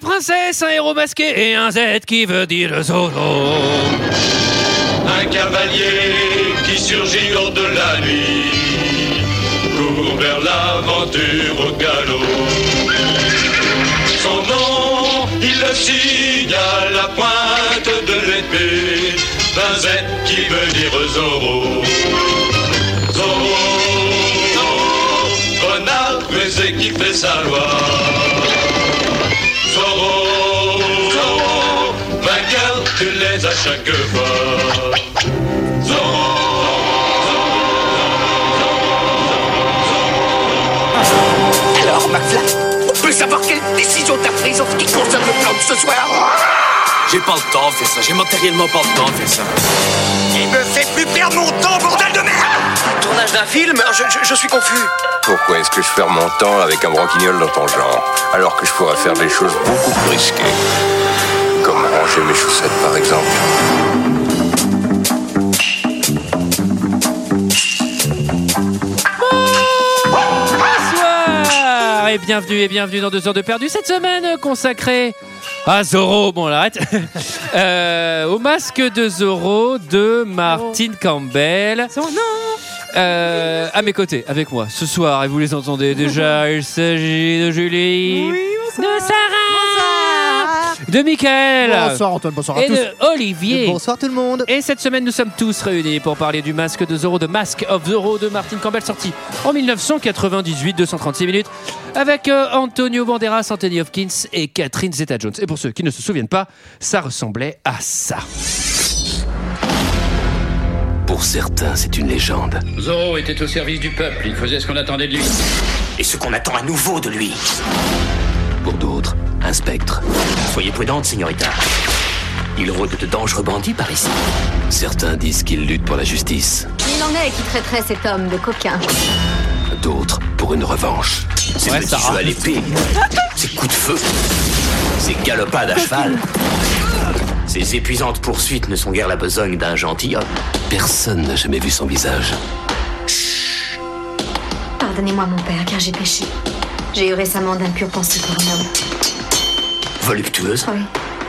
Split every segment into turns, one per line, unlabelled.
princesse, un héros masqué et un Z qui veut dire solo.
Un cavalier qui surgit hors de la nuit court vers l'aventure au galop. Son nom, il le signe à la pointe de l'épée d'un Z qui veut dire Zorro. Zorro, renard rusé qui fait sa loi. Zorro, Zorro, vainqueur, tu l'es à chaque fois.
Alors, McFly, on peut savoir quelle décision t'as prise en ce qui concerne le plan de ce soir
J'ai pas le temps de faire ça, j'ai matériellement pas le temps de faire ça.
Il me fait plus perdre mon temps, bordel de merde Tournage d'un film je, je- je suis confus.
Pourquoi est-ce que je perds mon temps avec un broquignol dans ton genre, alors que je pourrais faire des choses beaucoup plus risquées Comme ranger mes chaussettes, par exemple.
Bonsoir et bienvenue et bienvenue dans 2 heures de perdu cette semaine consacrée à Zorro. Bon, on l'arrête. Euh, au masque de Zorro de Martin Campbell. Euh, à mes côtés, avec moi, ce soir, et vous les entendez déjà, il s'agit de Julie, de Sarah, de Michael,
Bonsoir Antoine, bonsoir à
et
tous.
de Olivier.
Bonsoir tout le monde.
Et cette semaine, nous sommes tous réunis pour parler du masque de Zorro, de Mask of Zorro de Martin Campbell, sorti en 1998, 236 minutes, avec euh, Antonio Banderas, Anthony Hopkins et Catherine Zeta-Jones. Et pour ceux qui ne se souviennent pas, ça ressemblait à ça.
Pour certains, c'est une légende.
Zorro était au service du peuple, il faisait ce qu'on attendait de lui.
Et ce qu'on attend à nouveau de lui.
Pour d'autres, un spectre.
Soyez prudente, signorita. Il rôde de dangereux bandits par ici.
Certains disent qu'il lutte pour la justice.
Il en est qui traiterait cet homme de coquin.
D'autres, pour une revanche.
Ses
Ouais,
petits
Sarah.
jeux à l'épée. Ses coups de feu. Ses galopades à cheval. Ses épuisantes poursuites ne sont guère la besogne d'un gentilhomme.
Personne n'a jamais vu son visage.
Pardonnez-moi, mon père, car j'ai péché. J'ai eu récemment d'impures pensées pour un homme. Oh,
Voluptueuse.
Oui,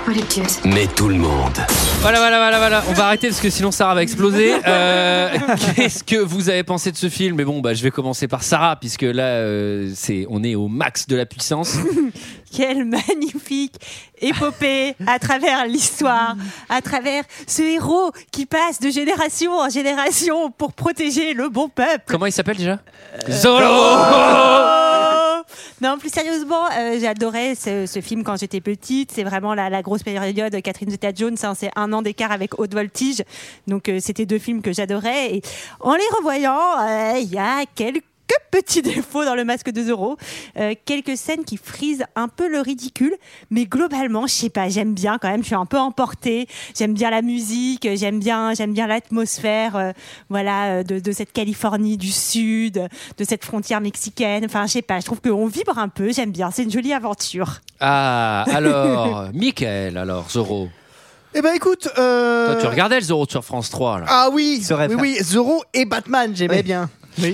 voluptueuse.
Mais tout le monde.
Voilà, voilà, voilà, voilà. On va arrêter parce que sinon Sarah va exploser. Euh, Qu'est-ce que vous avez pensé de ce film Mais bon, bah, je vais commencer par Sarah, puisque là, euh, c'est, on est au max de la puissance.
Quelle magnifique épopée à travers l'histoire, à travers ce héros qui passe de génération en génération pour protéger le bon peuple.
Comment il s'appelle déjà Zorro
Oh non, plus sérieusement, euh, j'ai adoré ce, ce film quand j'étais petite. C'est vraiment la, la grosse période de Catherine Zeta-Jones. hein, c'est un an d'écart avec Haute Voltige. Donc, euh, c'était deux films que j'adorais. Et en les revoyant, euh, il y a quelques petits défauts dans le masque de Zorro, Euh, quelques scènes qui frisent un peu le ridicule, mais globalement, je sais pas, j'aime bien quand même. Je suis un peu emportée. J'aime bien la musique, euh, j'aime bien, j'aime bien l'atmosphère, euh, voilà, euh, de, de cette Californie du Sud, euh, de cette frontière mexicaine. Enfin, je sais pas, je trouve qu'on vibre un peu. J'aime bien. C'est une jolie aventure.
Ah, alors, Michael, alors, Zorro.
Eh ben écoute, euh...
Toi, tu regardais le Zorro sur France 3, là.
Ah oui,
Ce rêve. hein.
oui, oui, Zorro et Batman, j'aimais
Oui.
bien.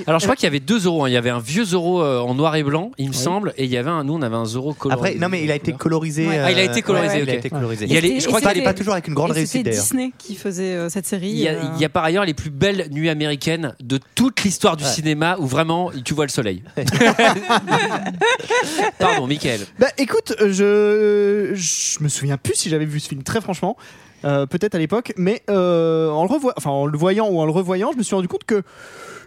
Alors, je crois qu'il y avait deux Zorros. hein. Il y avait un vieux Zorro euh, en noir et blanc, il me semble, et il y avait un. Nous, on avait un Zorro colorisé.
Après, non mais il a été colorisé.
Ouais.
euh,
Ah, il a été colorisé,
Il a
ok.
été colorisé.
Il y a les- je crois
Ça
qu'il
n'est
y a-
pas toujours avec une grande
Et
réussite
c'était
d'ailleurs.
Disney qui faisait euh, cette série.
il y, a,
euh,
il y a par ailleurs les plus belles nuits américaines de toute l'histoire du
Ouais.
cinéma où vraiment tu vois le soleil. Pardon, Michael.
Bah écoute, euh, je je me souviens plus si j'avais vu ce film très franchement. euh, peut-être à l'époque, mais euh, en le revoyant, enfin en le voyant ou en le revoyant, je me suis rendu compte que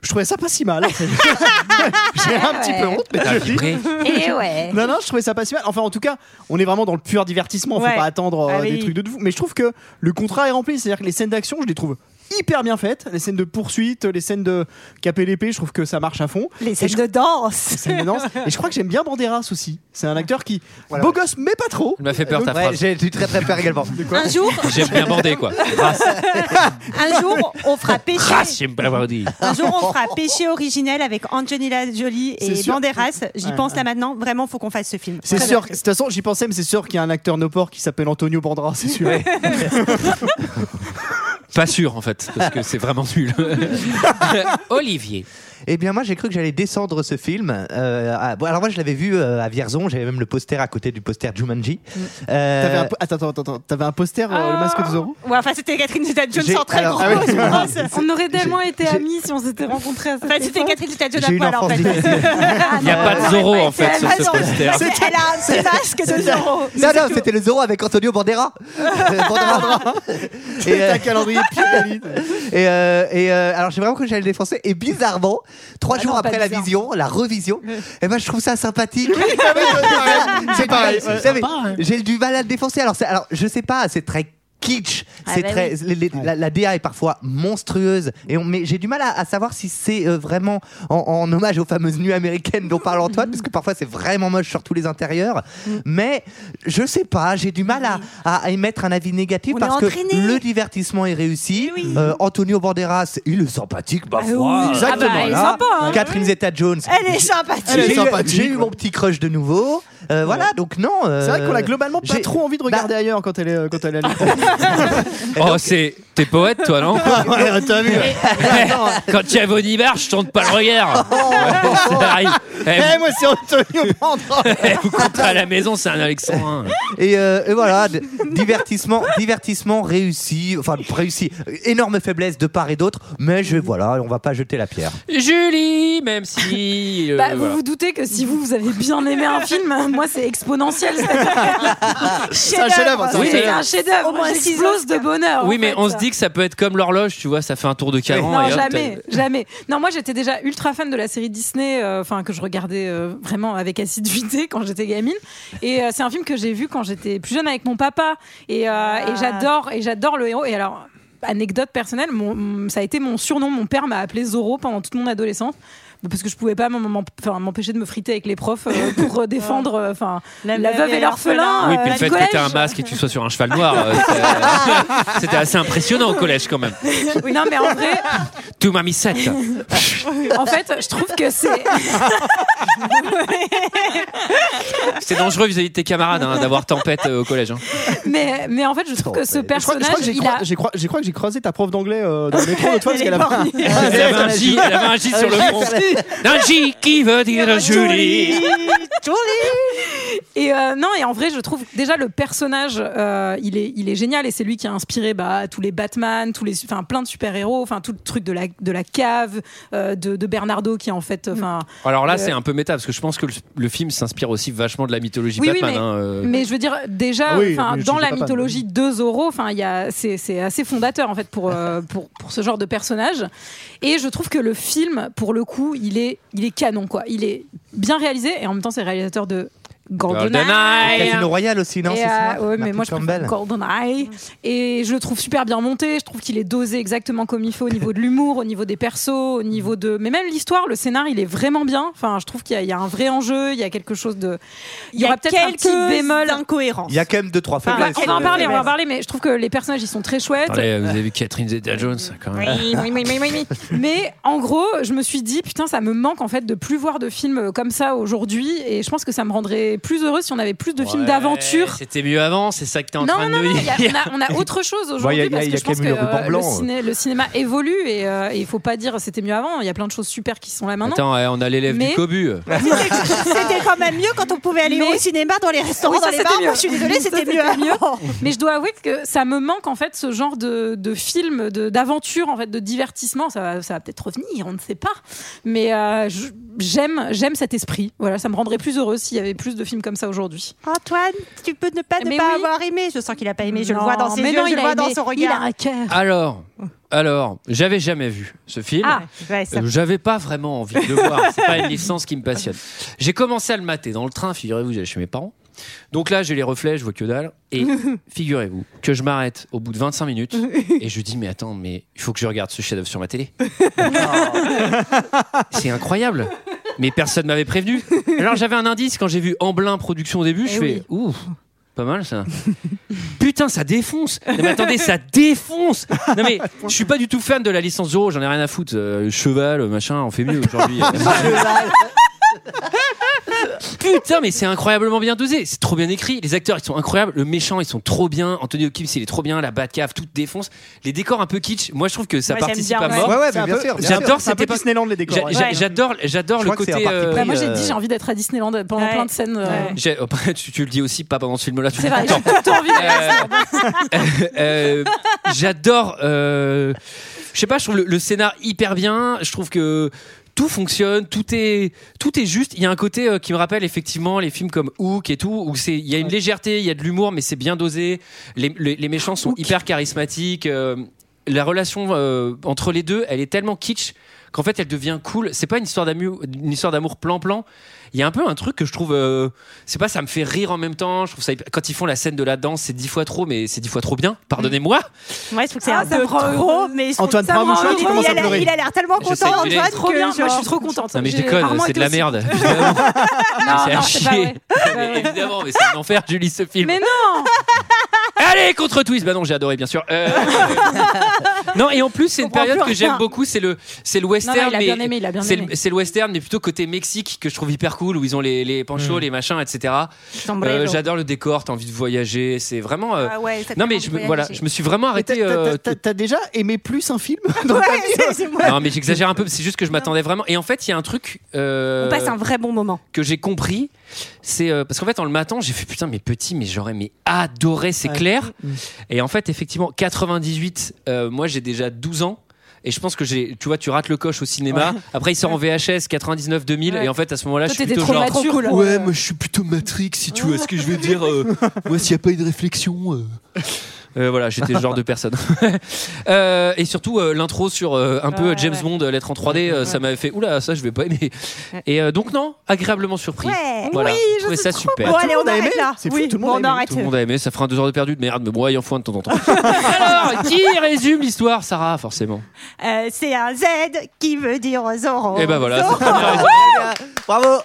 je trouvais ça pas si mal. J'ai un petit peu honte, mais je le dis.
Vibré.
Eh
Et ouais.
Non, non, je trouvais ça pas si mal. Enfin, en tout cas, on est vraiment dans le pur divertissement. Faut
Ouais.
pas attendre euh,
Ah oui.
des trucs de fou. Mais je trouve que le contrat est rempli. C'est-à-dire que les scènes d'action, je les trouve hyper bien faites. Les scènes de poursuite, les scènes de caper l'épée, je trouve que ça marche à fond.
Les
scènes
scènes
je-
de danse.
Les scènes de danse. Et je crois que j'aime bien Banderas aussi. C'est un acteur qui, beau gosse, mais pas trop.
Elle m'a fait peur ta
Ouais,
phrase.
j'ai eu très très peur également.
Un jour,
J'aime bien bander quoi.
un jour, on fera pêcher.
Crasse, j'aime pas l'avoir dit.
Un jour, on fera Péché originel avec Angelina Jolie
C'est
et
sûr.
Banderas. J'y
Ouais,
pense là maintenant. Vraiment, faut qu'on fasse ce film.
C'est
Très
sûr, que- de toute façon, j'y pensais, mais c'est sûr qu'il y a un acteur noport qui s'appelle Antonio Banderas, c'est sûr.
Pas sûr en fait, parce que c'est vraiment nul. Olivier.
Eh bien, moi, j'ai cru que j'allais descendre ce film. Euh, ah, bon, alors, moi, je l'avais vu euh, à Vierzon. J'avais même le poster à côté du poster Jumanji. Euh, Ah.
T'avais un, po- attends, attends, attends, t'avais un poster, euh, le
Ah.
masque de Zorro
Ouais, enfin, c'était Catherine Zeta-Jones
J'ai-
en très
alors-
grosse
Ah oui.
brosse.
On aurait tellement été
j'ai-
amis si on s'était rencontrés à cette
Enfin, c'était
époque.
Catherine Zeta-Jones
J'ai
à
une
poil, en
enfance
fait.
difficile.
Ah,
Il n'y a pas de Zorro en fait sur ce poster.
C'est- Elle a un petit masque de Zorro. Mais
Non,
c'est
non,
tout.
c'était le Zorro avec Antonio Bandera. Euh, Bandera. Et,
T'as
euh,
un calendrier pyramide.
et, euh, et, euh, alors, j'ai vraiment cru que j'allais le défoncer. Et bizarrement, trois
Ah
jours
non, pas
après la
bizarre.
vision, la revision, et ben, je trouve ça sympathique.
ah
C'est
pareil,
pareil.
ouais.
Vous savez,
hein.
J'ai du mal à le défoncer. Alors, c'est- alors je sais pas, c'est très kitsch.
Ah
c'est
bah
très, les- les- la, la DA est parfois monstrueuse. Et on, mais j'ai du mal à, à savoir si c'est euh, vraiment en, en hommage aux fameuses nuits américaines dont parle Antoine, parce que parfois c'est vraiment moche sur tous les intérieurs.
Mm.
Mais je sais pas, j'ai du mal à, à- à émettre un avis négatif
On est
parce que
entraîné.
le divertissement est réussi.
Eh oui.
Euh, Antonio Banderas, il est sympathique, bah,
Ah oui.
foi.
Ah
Exactement,
bah, il est
là.
sympa, hein.
Catherine Zeta-Jones.
Elle est
Ah,
sympathique.
J'ai-
Elle est sympathique,
J'ai eu mon petit crush de nouveau. Euh, Voilà, donc non.
C'est vrai qu'on
euh,
a globalement pas
j'ai-
trop envie de regarder ailleurs quand elle est, euh, quand elle est à l'école.
Oh, c'est. T'es poète, toi, non Eh,
Ouais, T'as vu
Quand il y a Bonnie je tourne pas le regard. Ça arrive. oh, Eh,
Eh, moi, c'est Antonio Banderas
vous comptez à la maison, c'est un Alexandrin.
Et, euh, et voilà, d- divertissement, divertissement réussi, enfin réussi. Énorme faiblesse de part et d'autre, mais je voilà, on va pas jeter la pierre.
Julie, même si. euh,
Bah,
voilà.
Vous vous doutez que si vous, vous avez bien aimé un film, moi c'est exponentiel. c'est-
C'est un chef-d'œuvre, c'est un
Oui, mais c'est
chef-d'œuvre.
un chef-d'œuvre.
Au moins
J'explose de bonheur. en
Oui, mais
fait.
on se dit que ça peut être comme l'horloge, tu vois, ça fait un tour de caron.
Non,
et hop,
jamais, jamais. Non, moi j'étais déjà ultra fan de la série Disney, euh, enfin que je regardais euh, vraiment avec assiduité quand j'étais gamine. Et euh, c'est un film que j'ai vu quand j'étais plus jeune avec mon papa. Et, euh, et j'adore, et j'adore le héros. Et alors, anecdote personnelle, mon- mon- ça a été mon surnom. Mon père m'a appelé Zorro pendant toute mon adolescence. Parce que je pouvais pas m'en- m'en- enfin, m'empêcher de me friter avec les profs euh, pour euh, défendre euh, enfin la, veuve et l'orphelin.
Oui,
euh,
puis le
du
fait que
collège.
t'aies un masque et que tu sois sur un cheval noir, euh, c'est- c'était assez impressionnant au collège quand même.
Oui, non, mais en vrai,
Tout m'a mis 7.
en fait, je trouve que c'est.
C'est dangereux vis-à-vis de tes camarades hein, d'avoir tempête euh, au collège. hein.
Mais, mais en fait, je trouve que ce
Je crois, je
personnage,
crois que j'ai
il
croi-
a.
j'ai croi- j'ai crois que j'ai croisé ta prof d'anglais euh, dans le métro l'autre fois parce qu'elle a
Elle avait un J, elle avait un J sur le front. Un J qui veut dire Julie.
Et euh, non, et en vrai, je trouve déjà le personnage, euh, il, est, il est génial et c'est lui qui a inspiré bah, tous les Batman, tous les, enfin, plein de super-héros, enfin, tout le truc de la, de la cave, euh, de, de Bernardo qui est en fait. Enfin,
Alors là,
Euh,
c'est un peu méta parce que je pense que le, le film s'inspire aussi vachement de la mythologie
Oui, oui,
Batman. hein, euh.
Mais je veux dire, déjà,
Mm. Ah oui,
enfin,
mais je
dans
dis
la
pas pas,
mythologie de Zorro, enfin, il y a- c'est c'est assez fondateur en fait pour, euh, pour, pour ce genre de personnage. Et je trouve que le film, pour le coup, il est, il est canon. quoi. Il est bien réalisé et en même temps, c'est le réalisateur de
GoldenEye.
GoldenEye.
Casino Royale aussi, non
Et,
c'est
euh,
ça
ouais, mais
Martin
moi je
Campbell.
préfère GoldenEye et je le trouve super bien monté. Je trouve qu'il est dosé exactement comme il faut au niveau de l'humour, au niveau des persos, au niveau de mais même l'histoire, le scénar, il est vraiment bien. Enfin, je trouve qu'il y, a- il y a un vrai enjeu, il y a quelque chose de.
Il y
aura
a
peut-être un petit bémol.
incohérence.
Il y a quand même deux trois
Enfin,
faiblesses.
Ah, on va en
euh,
parler, on va en
faiblesse.
parler, mais je trouve que les personnages ils sont très chouettes.
Attendez, vous avez vu Catherine Zeta-Jones quand même.
Oui, oui, oui, oui, oui, oui.
Mais en gros, je me suis dit putain, ça me manque en fait de plus voir de films comme ça aujourd'hui, et je pense que ça me rendrait plus heureuse si on avait plus de films
Ouais,
d'aventure.
C'était mieux avant, c'est ça que t'es en
Non,
train
non,
de
non,
nous
il y a-
dire.
on, a, on a autre chose
Bon, il y a-
aujourd'hui parce
il y a
que je pense que
Camille Le Ruban
euh, le,
Blanc. hein.
ciné- le cinéma évolue et euh, et il faut pas dire c'était mieux avant. Il y a plein de choses super qui sont là maintenant.
Attends, ouais, on a l'élève
Mais-
du cobu.
C'était- C'était quand même mieux quand on pouvait aller
Mais-
au cinéma, dans les restaurants,
Oui, ça,
dans les
c'était
bars.
mieux.
Moi, je suis désolée,
Ça,
c'était
c'était
mieux.
mieux.
avant.
Mais je dois avouer que ça me manque en fait ce genre de, de film, de- d'aventure, en fait, de divertissement. Ça va, ça va peut-être revenir, on ne sait pas. Mais euh, je- j'aime, j'aime cet esprit. Voilà, ça me rendrait plus heureuse s'il y avait plus de films comme ça aujourd'hui.
Antoine, tu peux ne pas, ne
Mais
pas
oui.
avoir aimé. Je sens qu'il a pas aimé. Je le
Non,
vois dans ses
mais
yeux,
non,
je
il
le
a
vois dans
aimé.
son
Il a
regard.
un cœur.
Alors, alors, j'avais jamais vu ce film.
Ah,
Ouais, ça-
Euh, J'avais pas vraiment envie de le voir. C'est pas une licence qui me passionne. J'ai commencé à le mater dans le train, figurez-vous, j'allais chez mes parents. Donc là, j'ai les reflets, je vois que dalle. Et figurez-vous que je m'arrête au bout de 25 minutes et je dis Mais attends, mais il faut que je regarde ce chef-d'œuvre sur ma télé. C'est incroyable. Mais personne m'avait prévenu. Alors j'avais un indice quand j'ai vu Amblin Production au début, je
Eh
fais Ouh, pas mal ça. Putain, ça défonce. Non, mais attendez, ça défonce. Non mais je suis pas du tout fan de la licence Zoro, j'en ai rien à foutre. Euh, cheval, machin, on fait mieux aujourd'hui. Putain, mais c'est incroyablement bien dosé. C'est trop bien écrit. Les acteurs, ils sont incroyables. Le méchant, ils sont trop bien. Anthony Hopkins, il est trop bien. La Batcave, toute défonce. Les décors un peu kitsch. Moi, je trouve que ça
Ouais, j'aime
participe
bien,
à
ouais.
mort.
Ouais, ouais, mais bien sûr, bien sûr.
J'adore
C'est un
cette
peu
époque.
Disneyland, les décors,
J'a-
ouais.
j'a-
Ouais.
J'adore, j'adore le
crois que c'est un
côté.
parti
euh,
Bah, moi j'ai dit j'ai envie d'être à Disneyland pendant plein de scènes. euh,
J'ai- oh, bah, tu, tu le dis aussi pas pendant ce film-là. tu
C'est
le
vrai,
dis tout
j'ai
le temps.
plutôt envie de
Euh, J'adore. euh, je sais pas, je trouve le, le scénar hyper bien. Je trouve que tout fonctionne, tout est tout est juste. Il y a un côté euh, qui me rappelle effectivement les films comme Hook et tout, où c'est il y a une légèreté, il y a de l'humour, mais c'est bien dosé. Les, les- les méchants sont hyper charismatiques. euh, la relation euh, entre les deux, elle est tellement kitsch qu'en fait elle devient cool. C'est pas une histoire d'amour, une histoire d'amour plan-plan. Il y a un peu un truc que je trouve, euh, c'est pas, ça me fait rire en même temps. Je trouve ça hyper- quand ils font la scène de la danse, c'est dix fois trop, mais c'est dix fois trop bien. Pardonnez-moi.
Moi, je trouve que c'est
Ah,
un
ça
peu
me rend
trop,
heureuse.
mais je trouve
Antoine,
que ça
prends un
me rend
mouchoir, tu
heureux.
commences à
il, a l'air-
pleurer.
il a l'air tellement
Je sais,
content,
il est
Antoine.
trop
que
bien. Moi, je
genre-
suis trop contente.
Non mais je
J'ai
déconne,
rarement
c'est de
été
la
aussi
merde.
contente.
Évidemment.
Non,
c'est à
non, c'est pas
chier.
vrai. C'est pas
Mais
vrai.
évidemment, mais c'est un enfer, Julie, ce film.
Mais non
Allez contre Twist. Bah non, j'ai adoré, bien sûr. Euh, non et en plus c'est une
comprends
période
plus
que j'aime
rien.
beaucoup, c'est le c'est le
Non, non,
western,
il a bien aimé,
mais
il a bien
c'est
aimé.
le- c'est le western, mais plutôt côté Mexique que je trouve hyper cool où ils ont les les panchos, les machins, etc.
sombreros.
Euh, J'adore le décor, t'as envie de voyager, c'est vraiment. euh,
Ah ouais, ça te
non
fait
mais
envie
je
de
me, voilà,
voyager.
je me suis vraiment arrêté.
T'as-
euh,
t'as- T'as t'as déjà aimé plus un film dans ta vie
Non, mais j'exagère un peu, mais c'est juste que je m'attendais vraiment. Et en fait, il y a un truc. euh,
On passe un vrai bon moment.
que j'ai compris, c'est euh, parce qu'en fait en le matin j'ai fait putain mais petit mais j'aurais mais adoré c'est clair et en fait effectivement 98 euh, moi j'ai déjà 12 ans et je pense que j'ai tu vois tu rates le coche au cinéma
Ouais.
après il sort en VHS 99 2000 et en fait à ce moment-là je suis
Toi, t'étais
plutôt
trop
genre
mature, cool.
Ouais, moi je suis plutôt Matrix, si tu vois ce que je veux dire. euh, moi, s'il n'y a pas eu de réflexion. euh,
Euh, voilà, j'étais ce genre de personne. Euh, et surtout, euh, l'intro sur euh, un
Ah,
peu James Bond, euh, lettre en 3D, euh, ça m'avait fait oula, ça je vais pas aimer. Et euh, donc, non, agréablement surpris.
Ouais.
Voilà,
Oui,
je
je
trouvais
suis
ça
trop
super.
contente. Bon, allez, Tout le on monde a arrête aimé là. C'est fou, Oui, tout le monde bon, a on aimé. arrête.
Tout le monde a aimé, ça fera deux heures de perdu de merde, mais moi, il en faut un de temps en temps. Alors, qui résume l'histoire Sarah, forcément
Euh, c'est un Z qui veut dire Zorro.
Et ben voilà, c'est
Zorro.
Ah,
très bien.
Ah, Bravo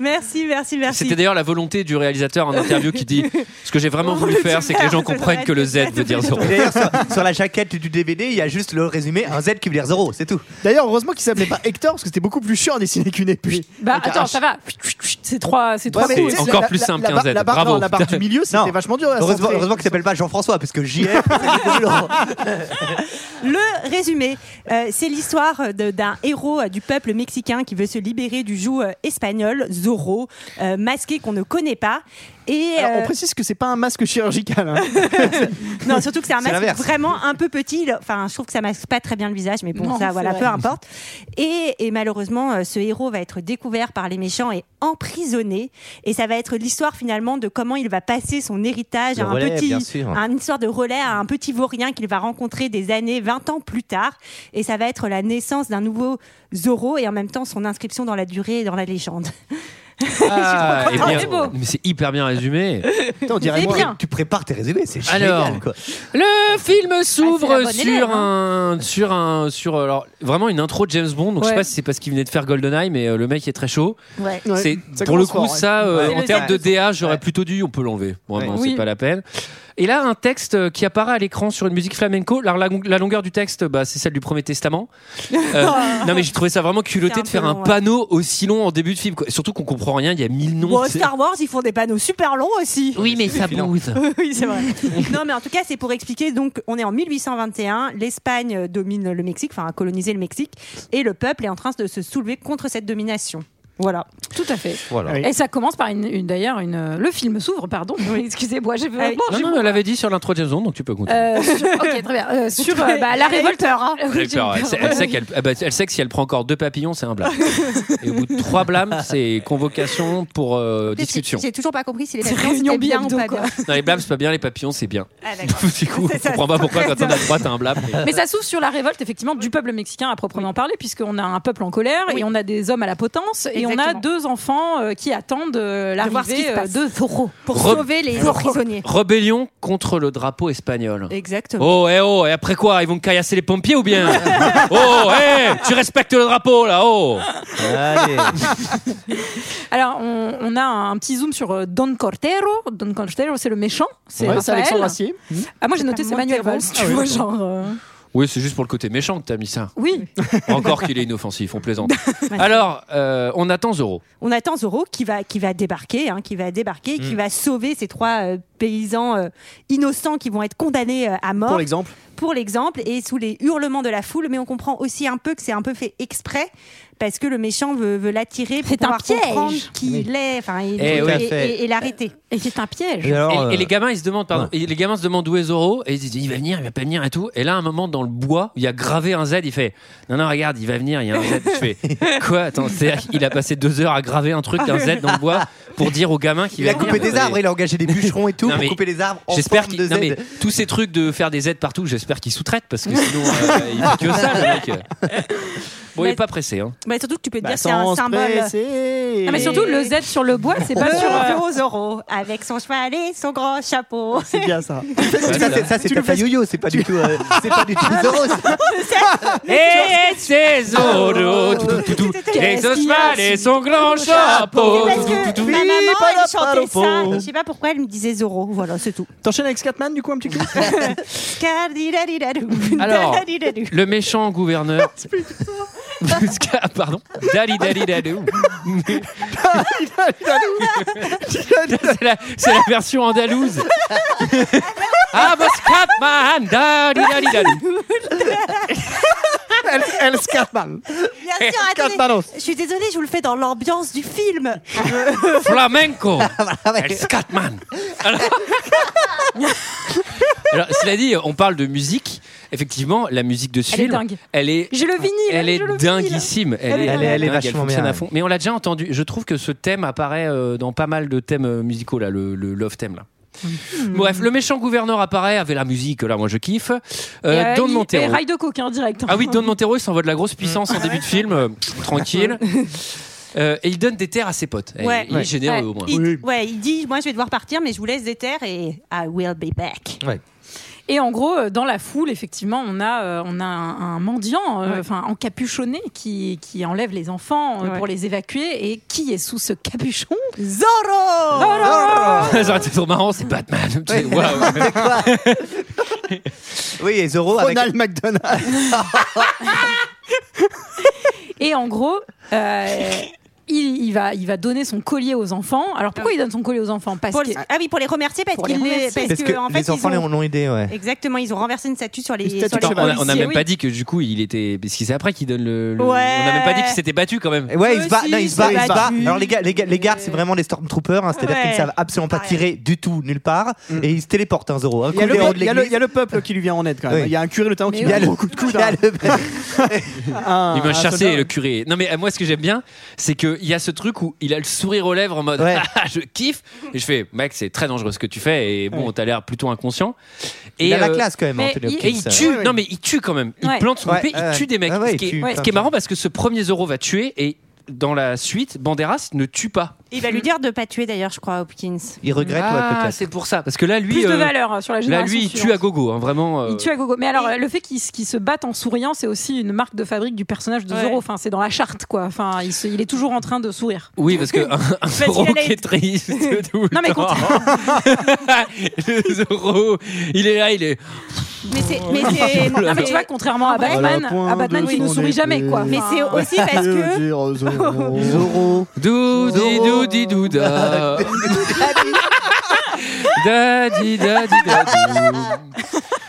Merci, merci, merci.
C'était d'ailleurs la volonté du réalisateur en interview qui dit Ce que j'ai
Oh,
vraiment voulu faire, c'est que les gens comprennent que le Z veut dire Zorro.
Et D'ailleurs, sur, sur la jaquette du DVD, il y a juste le résumé un Z qui veut dire zéro, c'est tout.
D'ailleurs, heureusement qu'il s'appelait pas Hector parce que c'était beaucoup plus chiant à dessiner qu'une épée.
Bah attends, ça va. C'est trois, c'est trois
Ouais, mais
coups.
tu sais, la- la- la barre- la barre- non, la barre du milieu, c'était
Non.
vachement dur à
Heureusement,
centrer.
heureusement qu'il s'appelle pas Jean-François, parce que JF,
Le résumé, euh, c'est l'histoire de- d'un héros euh, du peuple mexicain qui veut se libérer du joug euh, espagnol, Zorro, euh, masqué qu'on ne connaît pas. Et
Alors, on
euh,
précise que c'est pas un masque chirurgical. hein.
non, surtout que c'est un
C'est
masque
l'inverse.
vraiment un peu petit. Le- Enfin, je trouve que ça masque pas très bien le visage, mais bon,
Non,
ça,
c'est
voilà,
vrai.
peu importe. Et, et malheureusement, euh, ce héros va être découvert par les méchants et emprisonné. Et ça va être l'histoire finalement de comment il va passer son héritage
Le
à un
relais,
petit,
bien sûr.
à une histoire de relais à un petit vaurien qu'il va rencontrer des années, 20 ans plus tard. Et ça va être la naissance d'un nouveau Zorro et en même temps son inscription dans la durée et dans la légende.
Ah,
contente.
eh bien,
C'est beau.
mais c'est hyper bien résumé.
on dirait
C'est
moi,
bien.
tu prépares tes résumés, c'est
Alors,
génial quoi.
Ah,
Le film s'ouvre
Ah, c'est la bonne élève,
sur un sur un sur alors vraiment une intro de James Bond. Donc je sais
hein. Ouais.
pas si c'est parce qu'il venait de faire Goldeneye, mais euh, le mec est très chaud.
Ouais.
C'est
Ça
pour le
commence
coup
hein.
fort, ouais.
ça euh,
Ouais.
en
C'est
termes de
le
DA j'aurais plutôt dû on peut l'enlever. Vraiment
Ouais.
c'est
Oui.
pas la peine. Et là un texte euh, qui apparaît à l'écran sur une musique flamenco. La, la- la longueur du texte bah, c'est celle du Premier Testament. Euh, non mais j'ai trouvé ça vraiment culotté de faire un
long, ouais.
panneau aussi long en début de film. quoi. Et Surtout qu'on comprend rien. Il y a mille noms.
Bon,
tu sais.
Star Wars, ils font des panneaux super longs aussi.
Oui, mais ça bouse.
oui, c'est vrai. non, mais en tout cas, c'est pour expliquer. Donc, on est en 1821. L'Espagne domine le Mexique, enfin, a colonisé le Mexique. Et le peuple est en train de se soulever contre cette domination. Voilà.
Tout à fait.
Voilà.
Et ça commence par une, une- d'ailleurs une. euh, Le film s'ouvre, pardon. Excusez-moi, j'ai
Ah oui.
bon,
Non,
j'ai-
non, elle l'avait dit sur l'intro de James Bond, donc tu peux continuer.
Euh, sur- ok, très bien. Euh, sur euh, bah, la révolte.
Elle, a eu peur, elle sait- elle sait qu'elle- ah bah, elle sait que si elle prend encore deux papillons, c'est un blâme. Et au bout de trois blâmes, c'est convocation pour euh, discussion.
J'ai toujours pas compris si les
C'est
papillons,
réunion
c'était bien
hebdo,
ou pas
quoi.
bien.
Non, les blâmes, c'est pas bien, les papillons, c'est bien.
Ah, d'accord.
du coup,
C'est
on
ça,
comprend pas
c'est
pourquoi
très
quand on a droit, t'as un blâme.
Mais ça s'ouvre sur la révolte effectivement du peuple mexicain à proprement parler, puisqu'on a un peuple en colère et on a des hommes à la potence et on a
Exactement.
deux enfants euh, qui attendent euh,
De voir ce qui
l'arrivée
se
euh,
passe.
de Zorro.
Pour
Re-
sauver les
Re-
prisonniers.
Rébellion contre le drapeau espagnol.
Exactement.
Oh, eh oh, et après quoi Ils vont caillasser les pompiers ou bien Oh, eh, tu respectes le drapeau là, oh
Allez.
Alors, on, on a un petit zoom sur euh, Don Cortero. Don Cortero, c'est le méchant. C'est
Ouais, c'est
Raphaël.
Alexandre Astier.
Ah, moi, j'ai noté, c'est Manuel Valls. Tu vois, genre. euh,
Oui, c'est juste pour le côté méchant que t'as mis ça.
Oui.
Encore qu'il est inoffensif, on plaisante. Alors, euh, on attend Zoro.
On attend Zoro qui va, qui va débarquer, hein, qui va débarquer, qui
Mm.
va sauver ces trois euh, paysans euh, innocents qui vont être condamnés euh, à mort.
Pour l'exemple.
Pour l'exemple, et sous les hurlements de la foule, mais on comprend aussi un peu que c'est un peu fait exprès, parce que le méchant veut, veut l'attirer pour
C'est un
pouvoir
piège.
comprendre qui il est, enfin, il-
Eh
et,
oui.
et- et- et l'arrêter. Et c'est un piège.
Et, et
euh,
euh,
les gamins, ils se demandent, pardon, et les gamins se demandent où est Zoro, et ils disent, il va venir, il va pas venir et tout. Et là, à un moment, dans le bois, il y a gravé un Z, il fait, non, non, regarde, il va venir, il y a un Z. Je fais, quoi Attends, c'est-à-dire qu'il a passé deux heures à graver un truc, un Z dans le bois, pour dire aux gamins qu'il
Il
va
a coupé
venir.
des
Non, mais-
arbres, il a engagé des bûcherons et tout
Non,
pour
mais
couper les arbres en
J'espère
forme
qu'il.
de Z.
non, mais tous ces trucs de faire des aides partout, j'espère qu'ils sous-traitent parce que sinon euh, il fait que ça le mec. Bon, il est
Mais-
pas pressé. Hein.
Bah, surtout que tu peux te
Bah,
dire c'est un
sans
symbole.
presser.
Non, Ah, mais surtout, le Z sur le bois, c'est pas sur. euh,
Zoro, Zoro, avec son cheval et son grand chapeau.
C'est bien ça.
Ça, Bah, c'est- ça, c'est
Tu le
Papa
fais-
Yo-Yo, c'est pas du tout, euh, c'est pas du tout Zoro.
Et c'est Zoro, les
Qu'est-ce qu'il y a
Osman et son grand chapeau.
C'est parce que
tout, tout, tout.
ma maman, elle chantait ça.
Palaparopo.
et Je sais pas pourquoi, elle me disait Zoro. Voilà, c'est tout.
T'enchaînes avec Scatman du coup un petit coup
Skadiladidadou,
Alors,
dadadidadou.
le méchant gouverneur. Ska- Pardon. Dali Dali Dalou. C'est la, c'est la version andalouse. Ah, bah, Scatman, Dali Dali Dalou.
Elle, elle Scatman.
Bien sûr, attendez,
Scatmanos.
Je suis désolée, je vous le fais dans l'ambiance du
Euh,
film.
Flamenco.
Ah, bah,
El Scatman. Alors... Alors, cela dit, on parle de musique. Effectivement, la musique de ce
Elle est
film,
dingue.
elle est,
J'ai le vinyle,
elle est
je le
dinguissime.
Elle est dingue.
Elle est
dingue,
vachement
fonctionne
bien,
à fond. Mais on l'a déjà entendu. Je trouve que ce thème apparaît euh, dans pas mal de thèmes euh, musicaux là, le, le love theme là.
Hmm.
Bref, le méchant gouverneur apparaît avec la musique. Là, moi, je kiffe.
et,
Euh,
euh,
Don
il- Et
Montero.
rail de coke, hein, direct.
Ah oui, Don Montero, il s'envoie de la grosse puissance
Mm.
en début de film, euh, tranquille. Euh, et il donne des terres à ses potes. Et
Ouais.
Il est généreux
Ouais.
au moins.
Il, Ouais, il dit Moi, je vais devoir partir, mais je vous laisse des terres et I will be back.
Et en gros, euh, dans la foule, effectivement, on a, euh, on a un, un mendiant, euh, enfin encapuchonné, qui, qui enlève les enfants euh,
Ouais.
pour les évacuer. Et qui est sous ce capuchon
Oh
Zoro
Ça aurait été trop marrant, c'est Batman. Tu sais, waouh.
Oui, et Zoro avec.
Ronald McDonald.
Et en gros, euh, il, il va, il va donner son collier aux enfants. Alors pourquoi il donne son collier aux enfants Parce
Pour
que
les- Ah oui, pour les remercier parce
Pour les
qu'ils
remercier.
parce
Parce
que,
que
en fait,
les
ils
enfants
ont-
l'ont l'ont aidé, ouais.
Exactement, ils ont renversé une statue sur les.
Une statue
sur les
Attends,
de
on a- on n'a
policiers,
même
oui.
pas dit que du coup il était. Parce que c'est après qu'il donne le. le-
Ouais.
On n'a même pas dit qu'il s'était battu quand même.
Et Ouais, il se bat,
Aussi,
non, il se
c'est
bat, il se bat.
battu.
Alors les gars, les gars, les gars, c'est vraiment les stormtroopers, hein, c'est-à-dire
Ouais.
qu'ils ne savent absolument pas tirer du tout nulle part, et ils se téléportent hein, un Zoro. Un
Mm. Il y, a
coup
le,
des héros de
il y a le- il y
l'église.
a le peuple qui lui vient en aide quand même.
Oui.
Il y a un curé le temps qui
Mais
lui
oui.
met un gros coup de coude.
Il y a
hein.
le-
Un-
Il
un
m'a
Ah,
chassé
soldat.
le curé. Non mais euh, moi ce que j'aime bien, c'est qu'il y a ce truc où il a le sourire aux lèvres en mode
Ouais.
Ah, je kiffe et je fais mec c'est très dangereux ce que tu fais et bon
Ouais.
t'as l'air plutôt inconscient. Et,
Il a la
euh,
classe quand même, hein,
mais
Anthony
il-
Hopkins.
Et il tue,
Ouais, ouais.
non mais il tue quand même. Il
Ouais.
plante son
Ouais,
épée,
ouais.
il tue des mecs.
Ah ouais,
ce,
il
qui est,
tue
ce
plein
qui est
de
marrant parce que ce premier Zoro va tuer et dans la suite Banderas ne tue pas.
Il va lui dire de pas tuer d'ailleurs, je crois, Hopkins.
Il regrette, ouais,
ah,
peut-être.
c'est pour ça parce que là lui,
plus de
euh,
valeur euh, sur la
là
génération.
lui il
suivante.
tue à gogo, hein, vraiment. euh,
Il tue à gogo. Mais alors, euh, le fait qu'il qu'il se batte en souriant, c'est aussi une marque de fabrique du personnage de
Ouais.
Zoro. Enfin, c'est dans la charte, quoi. Enfin, il, se- il est toujours en train de sourire.
Oui, parce que un, un
Parce
Zoro
qu'il a
qui
la-
est triste. tout le
Non, mais
temps. le Zoro, il est là, il est.
Mais c'est. Mais
Oh,
c'est.
Non, mais tu vois, contrairement à Batman, à Batman, il ne sourit jamais, quoi.
Mais c'est aussi parce que.
Zoro.
Doudi doudi douda. Dadi dadi dadou.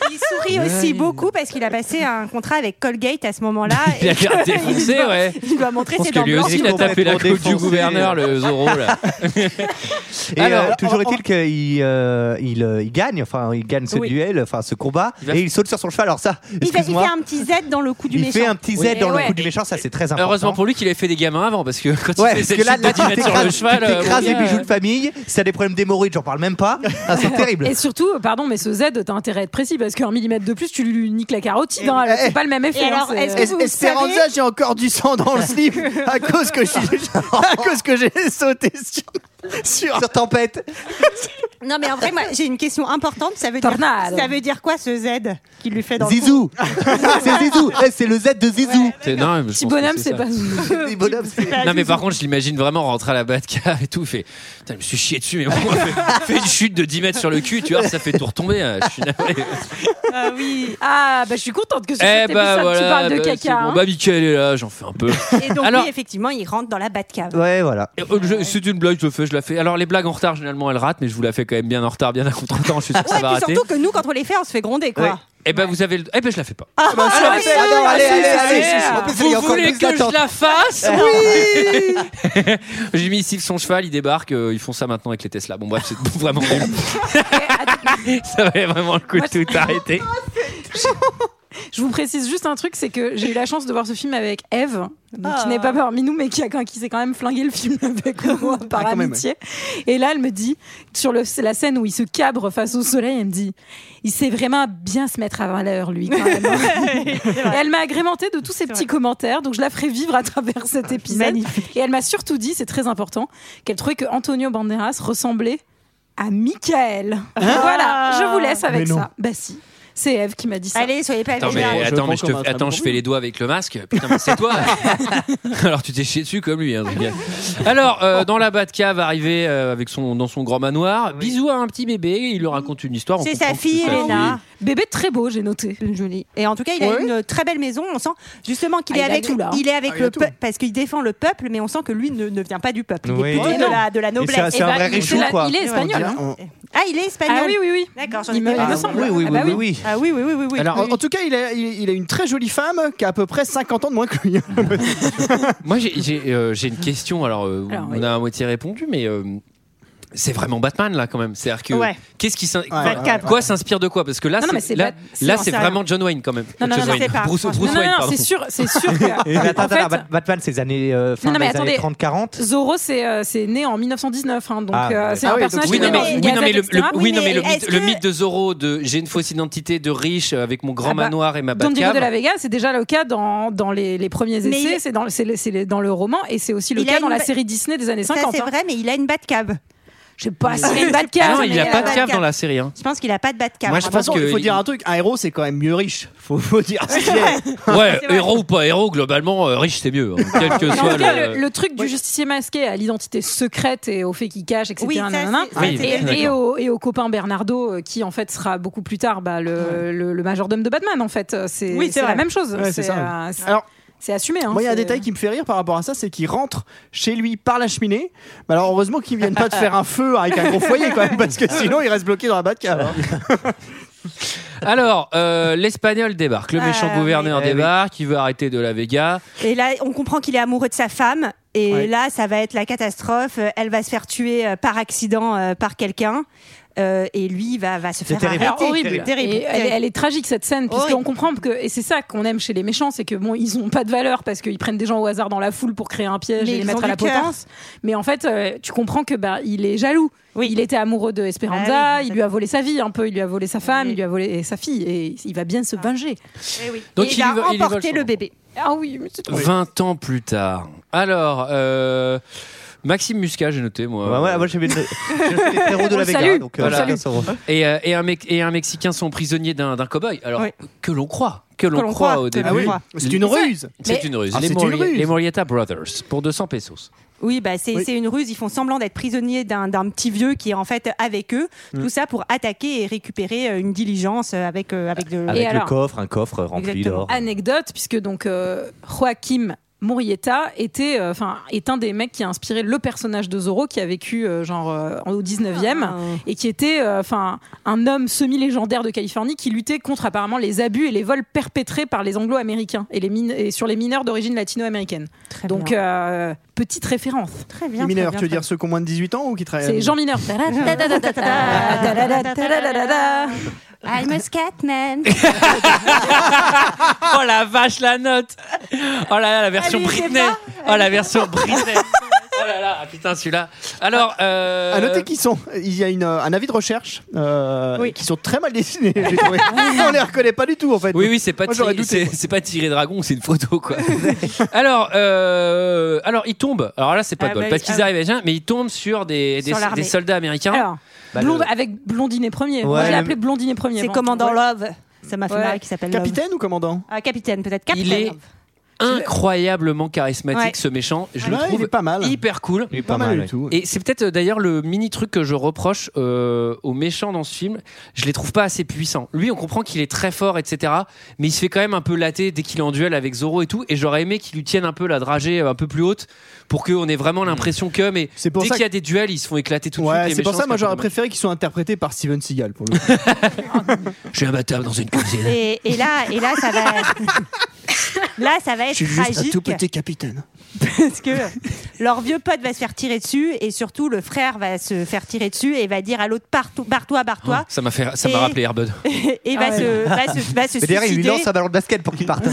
Il sourit aussi beaucoup parce qu'il a passé un contrat avec Colgate à ce moment-là.
Il a
et
l'air
que-
défoncé,
il doit-
ouais.
Il doit montrer
Je pense
ses
que
dents
lui
blanches.
aussi, il a tapé la côte du
Complètement
gouverneur, le Zoro, là.
Et
Alors,
euh, toujours est-il qu'il euh, il, euh, il gagne, enfin il gagne ce
Oui.
duel, enfin ce combat,
Il va-
et il saute sur son cheval. Alors ça,
Il fait, il fait
excuse-moi,
un petit Z dans le coup du
il
méchant.
fait un petit Z
Oui.
dans le
Et
coup
ouais.
du méchant, ça c'est très important.
Heureusement pour lui qu'il avait fait des gamins avant, parce que quand il
Ouais,
fait
parce
cette
que là,
chute de
là
10
tu
mètres sur le
t'écrases
cheval,
tu
euh, mon
t'écrases les
gars,
bijoux
euh,
de famille, si t'as des problèmes d'hémorroïdes, j'en parle même pas, Ah, c'est terrible.
Et surtout, euh, pardon, mais ce Z, t'as intérêt à être précis parce qu'un millimètre de plus, tu lui niques la carotide. hein.
Et-
c'est pas le même effet.
Et
hein,
alors,
c'est-
est-ce que-
Es-
Vous
Esperanza, j'ai encore du sang dans le slip à cause que j'ai, à cause que j'ai sauté sur, sur-
Sur tempête.
Non, mais en vrai, moi, j'ai une question importante. Ça veut dire,
Tornade.
ça veut dire quoi ce Z qui lui fait dans
Zizou
le cou
C'est Zizou Eh, C'est le Z de Zizou
C'est- non, mais je pense que ça.
Petit bonhomme, c'est-
Non mais par contre je l'imagine vraiment rentrer à la Batka et tout fait Putain je me suis chié dessus mais bon fait, fait une chute de 10 mètres sur le cul tu vois ça fait tout retomber euh, je suis navré.
Ah oui. Ah bah je suis contente hein, que sur
Eh
cet épisode,
bah
tu
voilà
parles de
bah, c'est
caca.
bon.
hein.
bah Mickaël est là j'en fais un peu
Et donc,
Alors-
lui, effectivement, il rentre dans la Batcave.
Ouais, voilà.
C'est une blague, oh, je le fais, je la fais. Alors, les blagues en retard, généralement, elles ratent, mais je vous la fais quand même bien en retard, bien à contre-temps. Je suis sûr que ça va
Puis
rater.
surtout que nous, quand on les fait, on se fait gronder, quoi.
Et ben, vous avez le. Eh ben, je la fais pas.
Ah, bah,
Ah,
oui,
c'est- ah,
oui,
non,
oui,
allez,
oui,
allez,
oui,
allez,
oui.
allez. En plus, il y a
Vous
encore
voulez
plus
que
d'attente.
je la fasse
Oui
J'ai mis Steve son cheval, il débarque, euh, ils font ça maintenant avec les Tesla. Bon, bref, c'est vraiment nul.
Eh,
ça valait vraiment le coup de tout arrêter.
Je vous précise juste un truc, c'est que j'ai eu la chance de voir ce film avec Eve, donc
Ah.
qui n'est pas parmi nous, mais qui, a, qui s'est quand même flingué le film avec moi par
Ah, quand même,
amitié. Et là, elle me dit, sur le, c'est la scène où il se cabre face au soleil, elle me dit, il sait vraiment bien se mettre à valeur, lui. Quand même. Et elle m'a agrémenté de tous ces petits commentaires, donc je la ferai vivre à travers
Ah,
cet épisode. Et elle m'a surtout dit, c'est très important, qu'elle trouvait que Antonio Banderas ressemblait à Michael.
Ah.
Voilà, je vous laisse avec
Mais non.
ça. Bah si. C'est Eve qui m'a dit ça.
Allez, soyez pas
Attends, mais, euh, attends, mais je, te, attends, je fais les doigts avec le masque. Putain, mais c'est toi. Alors, tu t'es chié dessus comme lui. hein, c'est bien. Alors, euh, dans la Batcave, arrivé euh, avec son, dans son grand manoir, bisous à un petit bébé. Il lui raconte une histoire. on
C'est
comprend
sa
que
fille,
sa
Elena.
Bébé très beau, j'ai noté.
Joli. Et en tout cas, il a
Ouais.
une très belle maison. On sent justement qu'il
Ah,
est
il a
avec,
tout, là.
il est avec
Ah, il a
le
tout.
peuple parce qu'il défend le peuple, mais on sent que lui ne, ne vient pas du peuple. Il
Oui.
est plutôt
Et
de
non.
la, de la
Et
noblesse.
c'est un- c'est un Eh ben, vrai il- richon, c'est la- quoi.
Ah, il est espagnol, hein.
Ah, il est espagnol.
Ah oui, oui, oui.
D'accord, j'en
Il me-
étais
il me
pas.
semble. Oui, oui, Ah bah oui, oui, oui.
Ah oui, oui, oui, oui, oui.
Alors,
Oui,
en-
oui.
en tout cas, il a, il, il a une très jolie femme qui a à peu près 50 ans de moins que lui.
Moi, j'ai- j'ai euh, j'ai une question. Alors, euh, on a à moitié répondu, mais euh, c'est vraiment Batman là, quand même. C'est-à-dire que
Ouais.
qu'est-ce qui s'in-
Ouais, ouais, ouais.
quoi s'inspire de quoi Parce que là,
Non, non,
c'est-
mais c'est
là,
Bat-
là,
c'est
c'est
en
vraiment
sérieux.
John Wayne quand même.
Non, non,
John
non,
Wayne.
c'est pas.
Bruce,
Non,
Bruce
non,
Wayne,
non,
pardon.
c'est sûr, c'est sûr que.
Et attends,
en
attends,
fait-
Bat- Batman, c'est les années euh, fin
Non, non,
des
mais
années
attendez.
30-40.
Zorro, c'est euh, c'est né en 1919, hein, donc
Ah,
euh,
ouais.
c'est
Ah
un
oui,
personnage
donc-
Oui,
qui
non,
est né
mais,
dans
oui,
les hein.
non, mais le,
Gazette,
le-
etc.
oui, non, mais le mythe,
est-ce
le
que-
mythe de Zorro, de j'ai une fausse identité de riche euh, avec mon grand
Ah bah,
manoir et ma
Don Diego de la
Batcave.
Vega, c'est déjà le cas dans, dans les, les premiers
Mais
essais,
il-
c'est dans, le- c'est le- c'est le- dans le roman et c'est aussi le
Il a
cas dans
une
la
ba-
série Disney des années
Ça,
50.
c'est vrai, mais il a une Batcave.
Je sais pas
si
s'il a une Batcave.
Ah Non, il a pas de cave dans la série. hein.
Je pense qu'il a pas de Batcave.
Moi, je pense que-
Il faut
il-
dire un truc un héros, c'est quand même mieux riche. Faut, faut dire ce qu'il est.
Ouais, héros ou pas héros, globalement, euh, riche c'est mieux. hein, quel que
Mais en
soit
tout cas,
le-
le, le truc du justicier masqué à l'identité secrète et au fait qu'il cache, etc.
Oui, ça,
nanana,
c'est- ça,
Oui, c'est
et,
d'accord.
et au, et au copain Bernardo, euh, qui en fait sera beaucoup plus tard bah, le, le- le majordome de Batman, en fait. Euh, C'est
Oui, c'est
c'est la
vrai.
même chose.
Ouais, c'est
c'est
ça, oui.
euh, c'est-
Alors-
c'est assumé. hein,
Moi, il y a un
c'est-
détail qui me fait rire par rapport à ça, c'est qu'il rentre chez lui par la cheminée. Mais alors, heureusement qu'il vienne pas de faire un feu avec un gros foyer quand même, parce que sinon, il reste bloqué dans la Batcave. hein.
Alors, euh, l'espagnol débarque, le méchant
Ah,
gouverneur
oui.
débarque, il veut arrêter de la Vega.
Et là, on comprend qu'il est amoureux de sa femme. Et
Ouais.
là, ça va être la catastrophe. Euh, Elle va se faire tuer euh, par accident euh, par quelqu'un. Euh, et lui va, va se faire
terrible.
arrêter.
Ah, horrible.
Terrible.
Et Elle, est- elle est tragique cette scène puisqu'on comprend que et c'est ça qu'on aime chez les méchants, c'est que bon ils ont pas de valeur parce qu'ils prennent des gens au hasard dans la foule pour créer un piège
Mais
et les
ils ont
mettre à la
du cœur.
potence. Mais en fait euh, tu comprends que bah il est jaloux. Il était amoureux de Esperanza,
Ah oui,
il lui a volé sa vie un peu, il lui a volé sa femme, il lui a volé et sa fille et il va bien se
Ah.
venger.
Eh
Donc, Et il il va lui va- il lui emporter vole
emporter
son le
bébé.
Ah oui, mais c'est trop
20 ans plus tard. Alors, euh, Maxime Muscat, j'ai noté, moi.
Ouais, ouais, Bah, moi, j'ai mis le- j'ai noté les frérots de
On
la
le
Vega.
salue.
donc, euh,
Voilà.
chacun son rôle.
Et, euh, et un mec, et un Mexicain sont prisonniers d'un d'un cow-boy. Alors, que l'on croit. Que l'on
l'on
croit,
croit,
au
que l'on
début.
croit. C'est une ruse.
C'est
Mais-
une ruse.
Ah,
les,
c'est une
Morli-
ruse.
les Morietta Brothers, pour 200 pesos.
Oui, bah, c'est
Oui.
c'est une ruse. Ils font semblant d'être prisonniers d'un d'un petit vieux qui est en fait avec eux.
Mm.
Tout ça pour attaquer et récupérer euh, une diligence euh, avec, euh, avec de.
Avec
Et
le
alors-
coffre, un coffre rempli
Exactement.
d'or.
Ah,
Anecdote, puisque donc euh, Joaquim Murrieta était, euh, enfin, est un des mecs qui a inspiré le personnage de Zorro qui a vécu euh, genre euh, au 19e
Ah.
et qui était, euh, enfin, un homme semi-légendaire de Californie qui luttait contre apparemment les abus et les vols perpétrés par les Anglo-Américains et les mine- et sur les mineurs d'origine latino-américaine. Donc euh, petite référence.
Très
Les mineurs, tu veux dire ceux qui ont moins de 18 ans ou qui travaillent
C'est Jean Mineur.
I'm a scatman.
Oh la vache, la note Oh là là, la version
Elle y était
Britney
pas.
Oh la version Britney Oh là là, ah, putain, celui-là. Alors, euh,
À noter qu'ils sont, il y a une, euh, un avis de recherche euh, qui sont très mal dessinés. j'ai trouvé. on les reconnaît pas du tout en fait.
Oui, oui, c'est pas,
Moi, j'aurais
tiré-
douté,
c'est- c'est pas tiré dragon, c'est une photo, quoi. alors, euh, alors, ils tombent. Alors là, c'est pas
Ah
de bol,
bah,
parce
ah
qu'ils
oui.
arrivent à Jeun, mais ils tombent sur des, des,
Sur l'armée.
des soldats américains.
Alors,
Bah,
Blonde-
le-
Avec Blondinet Premier.
Ouais,
Moi, je l'ai
le-
appelé Blondinet Premier.
C'est
bon.
Commandant
Ouais.
Love. Ça m'a fait
Ouais.
marrer qui s'appelle Love.
Capitaine ou commandant
Ah, Capitaine, peut-être.
Il
Capitaine.
est incroyablement charismatique,
Ouais.
ce méchant. Je
Ah Ouais,
le
il
trouve
est pas mal.
hyper cool.
Il est pas Pas mal mal, du ouais. tout.
Et c'est peut-être euh, d'ailleurs le mini truc que je reproche euh, aux méchants dans ce film. Je les trouve pas assez puissants. Lui, on comprend qu'il est très fort, etc. Mais il se fait quand même un peu laté dès qu'il est en duel avec Zoro et tout. Et j'aurais aimé qu'il lui tienne un peu la dragée euh, un peu plus haute pour qu'on ait vraiment l'impression que. Mais
Hmm. pour
dès
ça
qu'il y a des duels, ils se font éclater tout de suite.
Ouais,
les
c'est pour
méchants,
ça, moi
pas
j'aurais
normal.
préféré qu'ils soient interprétés par Steven Seagal pour le coup.
Je suis imbattable dans une cuisine.
Et, et là, et là, ça va. être- là, ça va être tragique
capitaine.
parce que leur vieux pote va se faire tirer dessus et surtout le frère va se faire tirer dessus et va dire à l'autre barre-toi, barre-toi,
Ah,
barre-toi.
Ça m'a fait, ça
Et-
m'a rappelé Airbud.
et va, se, va se, va se
Mais derrière, il lui
suicider.
lance un ballon de basket pour qu'il parte.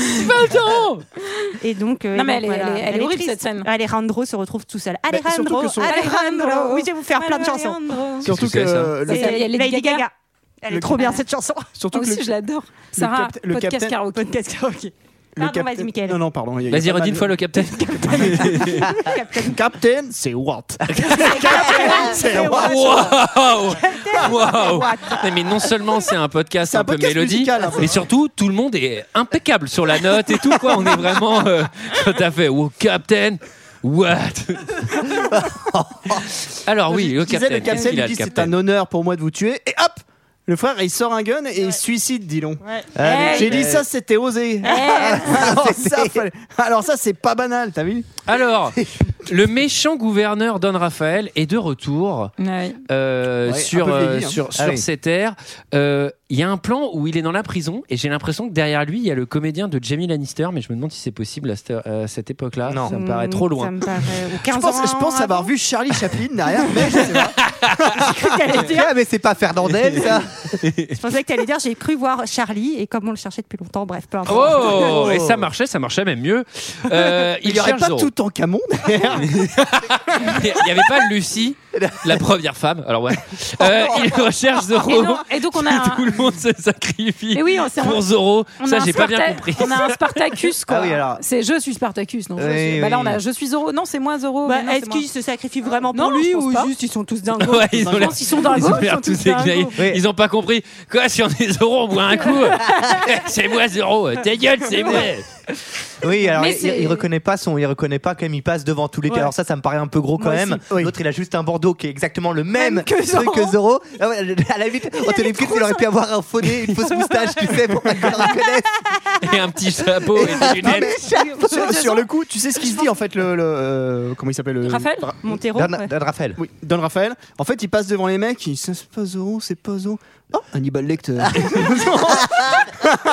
Et donc, euh,
Non, mais
et
elle est-
donc,
elle est- elle est horrible,
triste.
cette scène.
Alejandro se retrouve tout seul.
Mais surtout
Alejandro,
que son-
Alejandro. Oui, je vais vous faire plein de chansons.
Alejandro.
Surtout
que c'est,
que
ça
euh, le-
C'est- il y a Lady
Lady
Gaga.
Gaga. Elle est trop bien cette chanson. Ah,
surtout
Moi
que
aussi, je
le,
l'adore. Sarah,
capta- le
podcast
capitaine-
karaoke.
Podcast karaoke.
le
Pardon, vas-y, Mickaël.
Non, non, pardon. il y a- il y a
Vas-y,
pas
redis
mal
une fois le capitaine.
Captain-
Captain, c'est what
Captain,
C'est what
Waouh Waouh
What
Non, Mais non seulement c'est un podcast
C'est un
un peu
podcast
mélodie,
musical, hein. un peu.
mais surtout tout le monde est impeccable sur la note et tout quoi. On est vraiment euh, tout à fait. Wow, Captain. What Alors oui, le
Je disais,
capitaine.
le
Qu'est-ce
capitaine,
qu'il
il
a, le
dit c'est
capitaine
un honneur pour moi de vous tuer. Et hop Le frère, il sort un gun et il se suicide, dis donc.
Ah
Allez,
J'ai
euh,
dit ça, c'était osé. Alors, ça, fallait- Alors ça, c'est pas banal, t'as vu
Alors, le méchant gouverneur Don Raphaël est de retour.
Ouais.
euh,
Ouais,
sur,
un peu vieilli,
euh,
hein.
sur,
Ah
sur
oui.
ses terres. Euh, Il y a un plan où il est dans la prison et j'ai l'impression que derrière lui, il y a le comédien de Jamie Lannister, mais je me demande si c'est possible à cette, à cette époque-là.
Non.
Ça me
Mm,
paraît trop
Mm, Ça
loin.
me paraît- ou
Je
15
pense,
ans
je pense avoir vu Charlie Chaplin derrière, mais je sais pas.
Ah, mais c'est pas Fernandel, ça
Je pensais que t'allais dire, j'ai cru voir Charlie et comme on le cherchait depuis longtemps, bref, peu importe.
Oh, Et ça marchait, ça marchait même mieux. Euh,
Il
il
y aurait
cherche
pas
Zorro.
tout en camon derrière.
Il n'y avait pas Lucie, la première femme. Alors ouais. Euh,
Oh.
il recherche
Et,
Zorro.
non- et donc, on a un,
Tout le monde se sacrifie
Mais oui, on- c'est-
pour Zorro.
on a
Ça,
un
j'ai pas bien
Sparta-
compris.
On a un Spartacus, quoi.
Ah oui, alors.
C'est je suis Spartacus. Non, je
Oui,
suis- bah là,
oui.
on a je suis Zoro. Non, c'est moi Zoro.
Bah,
mais non, c'est
Est-ce
moi.
qu'ils se sacrifient vraiment pour
Non,
lui
je pense
ou
pas.
juste ils sont tous dingos
Ouais, ils
Je
ont l'air-
pense qu'ils sont dingos.
Ils ont
ils
l'air
sont
tous
tous dingos.
éclairés.
Oui.
Ils ont pas compris. Quoi, si on est zéro, on boit un coup Eh, C'est moi zéro. Ta gueule, c'est moi.
Oui, alors
Mais
il,
c'est-
il reconnaît pas son, il reconnaît pas quand il passe devant tous les
Ouais.
Alors ça, ça me paraît un peu gros quand
Moi aussi.
même.
Oui.
L'autre, il a juste un Bordeaux qui est exactement le même,
Même que
truc
Zorro.
que Zoro. Ah ouais, à la limite, en téléphone, il aurait pu avoir un faux nez, une fausse moustache, tu sais, pour pas qu'on le reconnaisse.
Et un petit chapeau et des lunettes.
sur, sur le coup, tu sais ce qu'il se dit en fait le, le, euh, comment il s'appelle le-
Raphaël
Ra-
Montero.
Don,
ouais.
Don Raphaël.
Oui, Don Raphaël. En fait, il passe devant les mecs, il dit c'est pas Zorro, c'est pas Zorro. Oh, Hannibal Lecter.
Ah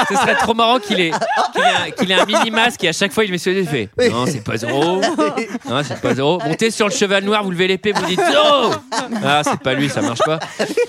Ce serait trop marrant qu'il ait, qu'il ait un- qu'il ait un mini masque et à chaque fois il met sur les yeux, il fait Non, c'est pas zéro. Non, c'est pas zéro. Montez sur le cheval noir, vous levez l'épée, vous dites Zéro Ah, c'est pas lui, ça marche pas.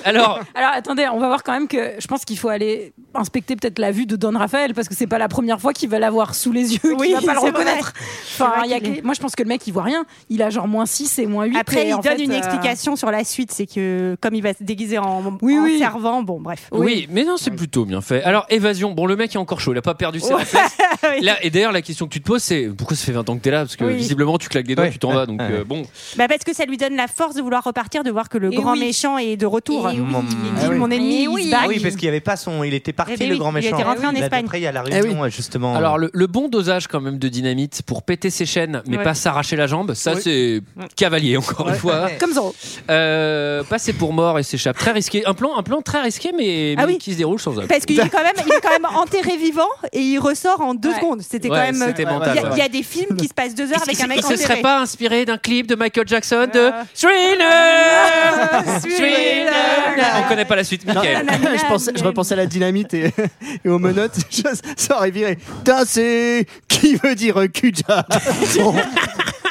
Alors,
Alors attendez, on va voir quand même que je pense qu'il faut aller inspecter peut-être la vue de Don Raphaël parce que c'est pas la première fois qu'il va l'avoir sous les yeux,
Oui,
qu'il va pas le
c'est vrai.
reconnaître. Enfin,
C'est vrai
il y a
qu'il
que- moi je pense que le mec il voit rien, il a genre moins 6 et moins 8.
Après,
et
il
en
donne
fait,
une
euh,
explication sur la suite, c'est que comme il va se déguiser en,
Oui,
en
oui.
servant, bon, bref.
oui, mais non, c'est plutôt bien fait. Alors, évasion. Bon, le mec est encore chaud, il a pas perdu ses réflexes.
Oui.
Là, et d'ailleurs, la question que tu te poses, c'est pourquoi ça fait 20 ans que t'es là Parce que
Oui.
visiblement, tu claques des doigts,
Ouais.
tu t'en vas. Donc,
Ouais.
euh, bon.
Bah, parce que ça lui donne la force de vouloir repartir, de voir que le
Et
grand
oui.
méchant est de retour.
Et
Il
oui.
Mon-
dit,
Ah oui.
mon
Et
ennemi, il
oui.
se
Ah
barre,
oui,
il-
parce qu'il avait pas son, il était parti
Eh ben
le
oui,
grand
il
méchant.
était rentré en
Là,
Espagne.
Après, il y a
Eh
la réunion justement.
Alors le, le bon dosage quand même de dynamite pour péter ses chaînes mais
Ouais.
pas s'arracher la jambe, ça
Oui.
c'est cavalier encore une fois.
Ouais.
Comme Zoro.
Euh, passer pour mort et s'échappe, très risqué. Un plan, un plan très risqué mais,
Ah
mais
oui.
qui se déroule sans homme.
Parce qu'il est quand même, il est quand même enterré vivant et il ressort en deux
Ouais.
secondes. C'était
Ouais,
quand même. euh,
c'était
ouais,
Il
mental.
y, a-
ouais.
il y a des films qui se passent deux heures avec un mec
Il se
enterré.
serait pas inspiré d'un clip de Michael Jackson de
Euh.
Thriller
Thriller.
On connaît pas la suite, Michael.
je, pensais, je repensais à la dynamite et, et aux menottes. Je- ça aurait viré. Putain, c'est qui veut dire euh, Kuja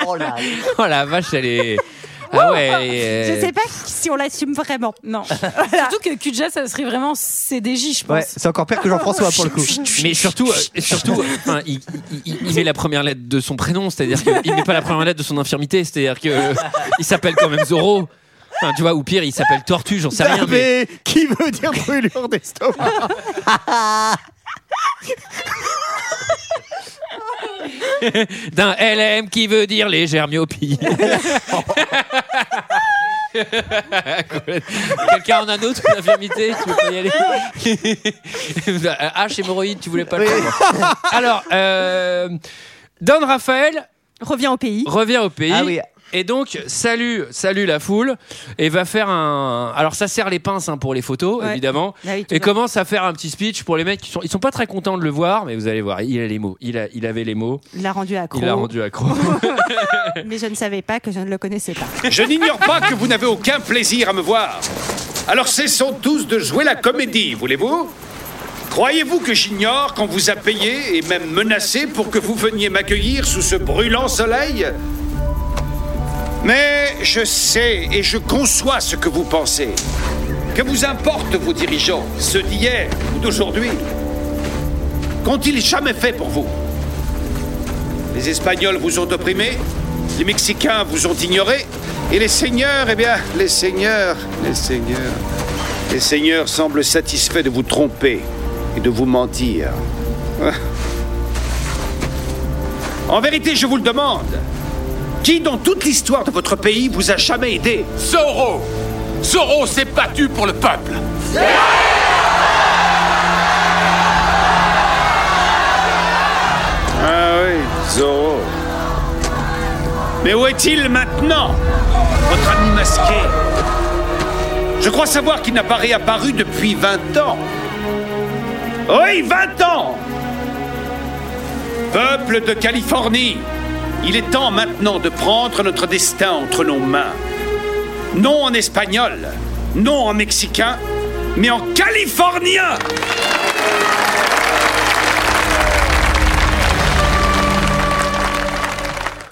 Oh là là.
Oh la vache, elle est. Ah ouais, elle est-
Je sais pas si on l'assume vraiment.
Non. Surtout que Kuja, ça serait vraiment CDJ, je pense.
Ouais, c'est encore pire que Jean-François pour le coup.
Mais surtout, euh, surtout enfin, il, il- il- il met la première lettre de son prénom, c'est-à-dire qu'il met pas la première lettre de son infirmité, c'est-à-dire que euh, il s'appelle quand même Zorro. Enfin, tu vois, ou pire, il s'appelle Tortue, j'en sais rien. Mais...
Mais qui veut dire brûlure d'estomac
D'un LM qui veut dire légère myopie. Quelqu'un en a un autre qu'on avait invité Tu veux pas y aller H hémorroïde, tu voulais pas le prendre. Alors, euh, Don Raphaël.
Revient au pays.
Revient au pays.
Ah oui.
Et donc, salut, salut la foule, et va faire un. Alors, ça sert les pinces hein, pour les photos,
Ouais.
évidemment,
Ah oui,
et
toujours.
commence à faire un petit speech pour les mecs qui sont. Ils sont pas très contents de le voir, mais vous allez voir, il a les mots, il, a, il avait les mots,
Il l'a rendu accro.
il l'a rendu accro.
Mais je ne savais pas que je ne le connaissais pas.
Je n'ignore pas que vous n'avez aucun plaisir à me voir. Alors cessons tous de jouer la comédie, voulez-vous Croyez-vous que j'ignore qu'on vous a payé et même menacé pour que vous veniez m'accueillir sous ce brûlant soleil Mais je sais et je conçois ce que vous pensez. Que vous importent vos dirigeants, ceux d'hier ou d'aujourd'hui Qu'ont-ils jamais fait pour vous les Espagnols vous ont opprimés, les Mexicains vous ont ignorés, et les seigneurs, eh bien, les seigneurs, les seigneurs, les seigneurs semblent satisfaits de vous tromper et de vous mentir. En vérité, je vous le demande, qui dans toute l'histoire de votre pays vous a jamais aidé Soro Soro s'est battu pour le peuple Ah oui, Zorro. Mais où est-il maintenant, votre ami masqué Je crois savoir qu'il n'a pas réapparu depuis 20 ans. Oui, 20 ans Peuple de Californie, il est temps maintenant de prendre notre destin entre nos mains. Non en espagnol, non en mexicain, mais en californien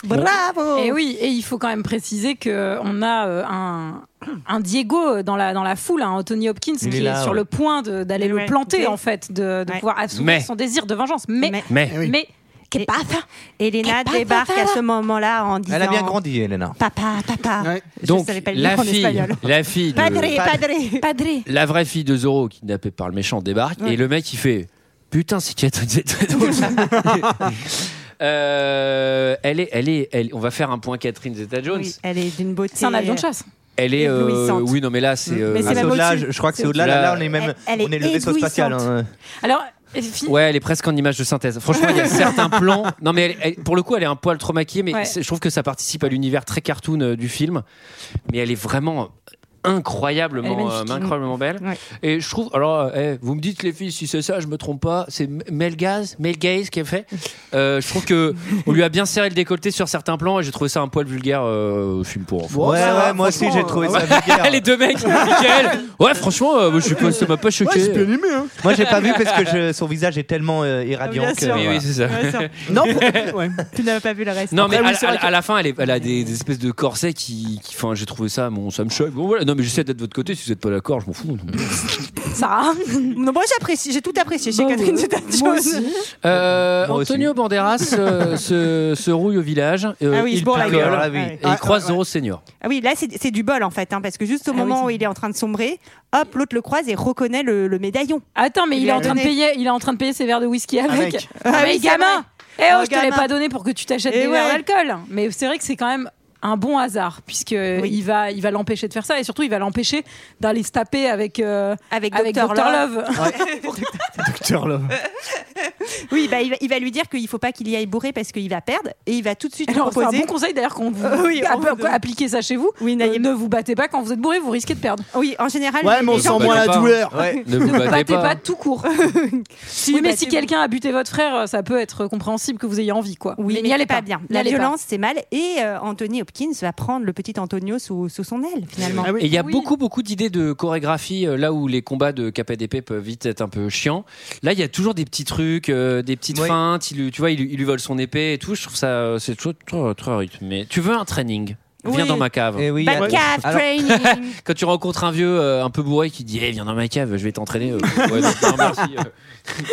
Bravo Et Eh oui, et il faut quand même préciser qu'on a euh, un, un Diego dans la, dans la foule, un Anthony Hopkins
Il
qui
est
est,
là,
sur
ouais.
le point de- d'aller le
Ouais.
planter,
Mais-
en fait, de, de pouvoir assouvir
Mais-
son désir de vengeance. Mais, mais,
Mais- Eh oui.
qu'est-ce pas ça
Elena
Eh, papa,
débarque
papa.
à ce moment-là en disant
Elle a bien grandi, Elena.
Papa, papa. Je
donc,
savais pas le
la
dire en
fille,
espagnol.
la fille, de-
Padré, padré.
Padré.
la vraie fille de Zoro, kidnappée par le méchant, débarque,
Ouais.
et le mec, il fait Putain, c'est qui Euh, elle est, elle est, elle- on va faire un point Catherine Zeta-Jones.
Oui, elle est d'une beauté.
C'est un avion de chasse.
Elle est, euh,
Éblouissante.
oui, non, mais là, c'est. euh,
Mais c'est Ah, même c'est au-delà, au-dessus. je- je crois que c'est au-delà, là, là, on est même-
Elle- elle on est est le vaisseau spatial,
hein.
éblouissante. Alors, et fi-
Ouais, elle est presque en image de synthèse. Franchement, il y a certains plans. Non, mais elle- elle- pour le coup, elle est un poil trop maquillée, mais
Ouais.
c'est- je trouve que ça participe à l'univers très cartoon euh, du film. Mais elle est vraiment
Elle est
incroyablement,
magnifique.
euh, incroyablement belle. Et je trouve, alors, euh, eh, vous me dites les filles, si c'est ça, je me trompe pas, c'est M- Mel Gaz, Mel Gaze qui a fait. Euh, je trouve que on lui a bien serré le décolleté sur certains plans, et j'ai trouvé ça un poil vulgaire euh, au film pour enfants.
Ouais, ouais, moi aussi j'ai trouvé ça vulgaire.
les deux mecs, Michael. Ouais, franchement, euh, je suis hein. pas, ça m'a pas choqué.
Moi j'ai pas vu parce que je- son visage est tellement euh, irradiant
Bien
que.
sûr. Oui, oui, c'est ça. Bien sûr.
Non,
Tu n'avais pas vu le reste.
Non, mais
Après,
à,
oui, c'est
à-
vrai que-
à la fin, elle, est- elle a des, des espèces de corsets qui. qui- Enfin, j'ai trouvé ça, mon, ça me choque. Bon, voilà. Non, mais j'essaie d'être de votre côté. Si vous n'êtes pas d'accord, je m'en fous.
Ça.
Non, moi j'apprécie, j'ai tout apprécié chez Catherine zeta
Euh,
Moi aussi.
Antonio Banderas euh, se, se rouille au village. euh,
Ah oui, il se
il
bourre la
picole,
gueule. Ah oui.
Et il croise Zoro Senior.
Ah oui, là c'est c'est du bol en fait, hein, parce que juste au moment où il est en train de sombrer, hop, l'autre le croise et reconnaît le, le médaillon.
Attends, mais
Il
il,
lui
est
a
en train de
donné.
payer, il est en train de payer ses verres de whisky avec.
Avec.
Ah,
Ah
mais
oui, c'est
gamin. Eh
vrai.
oh,
Oh,
je te l'ai
gamin.
pas donné pour que tu t'achètes
Eh
des verres
ouais.
d'alcool. Mais c'est vrai que c'est quand même un bon hasard puisque il va il va l'empêcher de faire ça et surtout il va l'empêcher d'aller se taper avec euh,
Avec Dr.
Dr Love.
Love.
Docteur Love.
Oui, bah, il, va, il va lui dire qu'il faut pas qu'il y aille bourré parce qu'il va perdre et il va tout de suite
Alors,
lui
c'est un
proposer.
bon conseil d'ailleurs qu'on vous
Euh, oui,
app-
on vous donne.
appliquez ça chez vous. Euh, ne vous battez pas quand vous êtes bourré, vous risquez de perdre.
Oui, en général.
Ouais, mais on sent moins la douleur.
Ne vous battez
battez
pas.
pas, tout court.
Si,
oui, mais
battez-vous.
si quelqu'un a buté votre frère, ça peut être compréhensible que vous ayez envie, quoi.
Oui, mais
n'y
il
allez
est pas bien.
N'y
La
allez pas.
violence, c'est mal. Et euh, Anthony Hopkins va prendre le petit Antonio sous, sous son aile,
Ah
finalement.
Et il y a beaucoup, beaucoup d'idées de chorégraphie euh, là où les combats de KPDP peuvent vite être un peu chiants. Là, il y a toujours des petits trucs, euh, des petites
Oui.
feintes. Il, lui- tu vois, il, lui- il lui vole son épée et tout. Je trouve ça, euh, c'est toujours très, très rythmé. Tu veux un training Viens
Oui.
dans ma cave.
Eh oui,
Ma alors- cave alors- training.
Quand tu rencontres un vieux euh, un peu bourré qui dit Eh, Viens dans ma cave, je vais t'entraîner. Euh, ouais, non, non, merci, euh.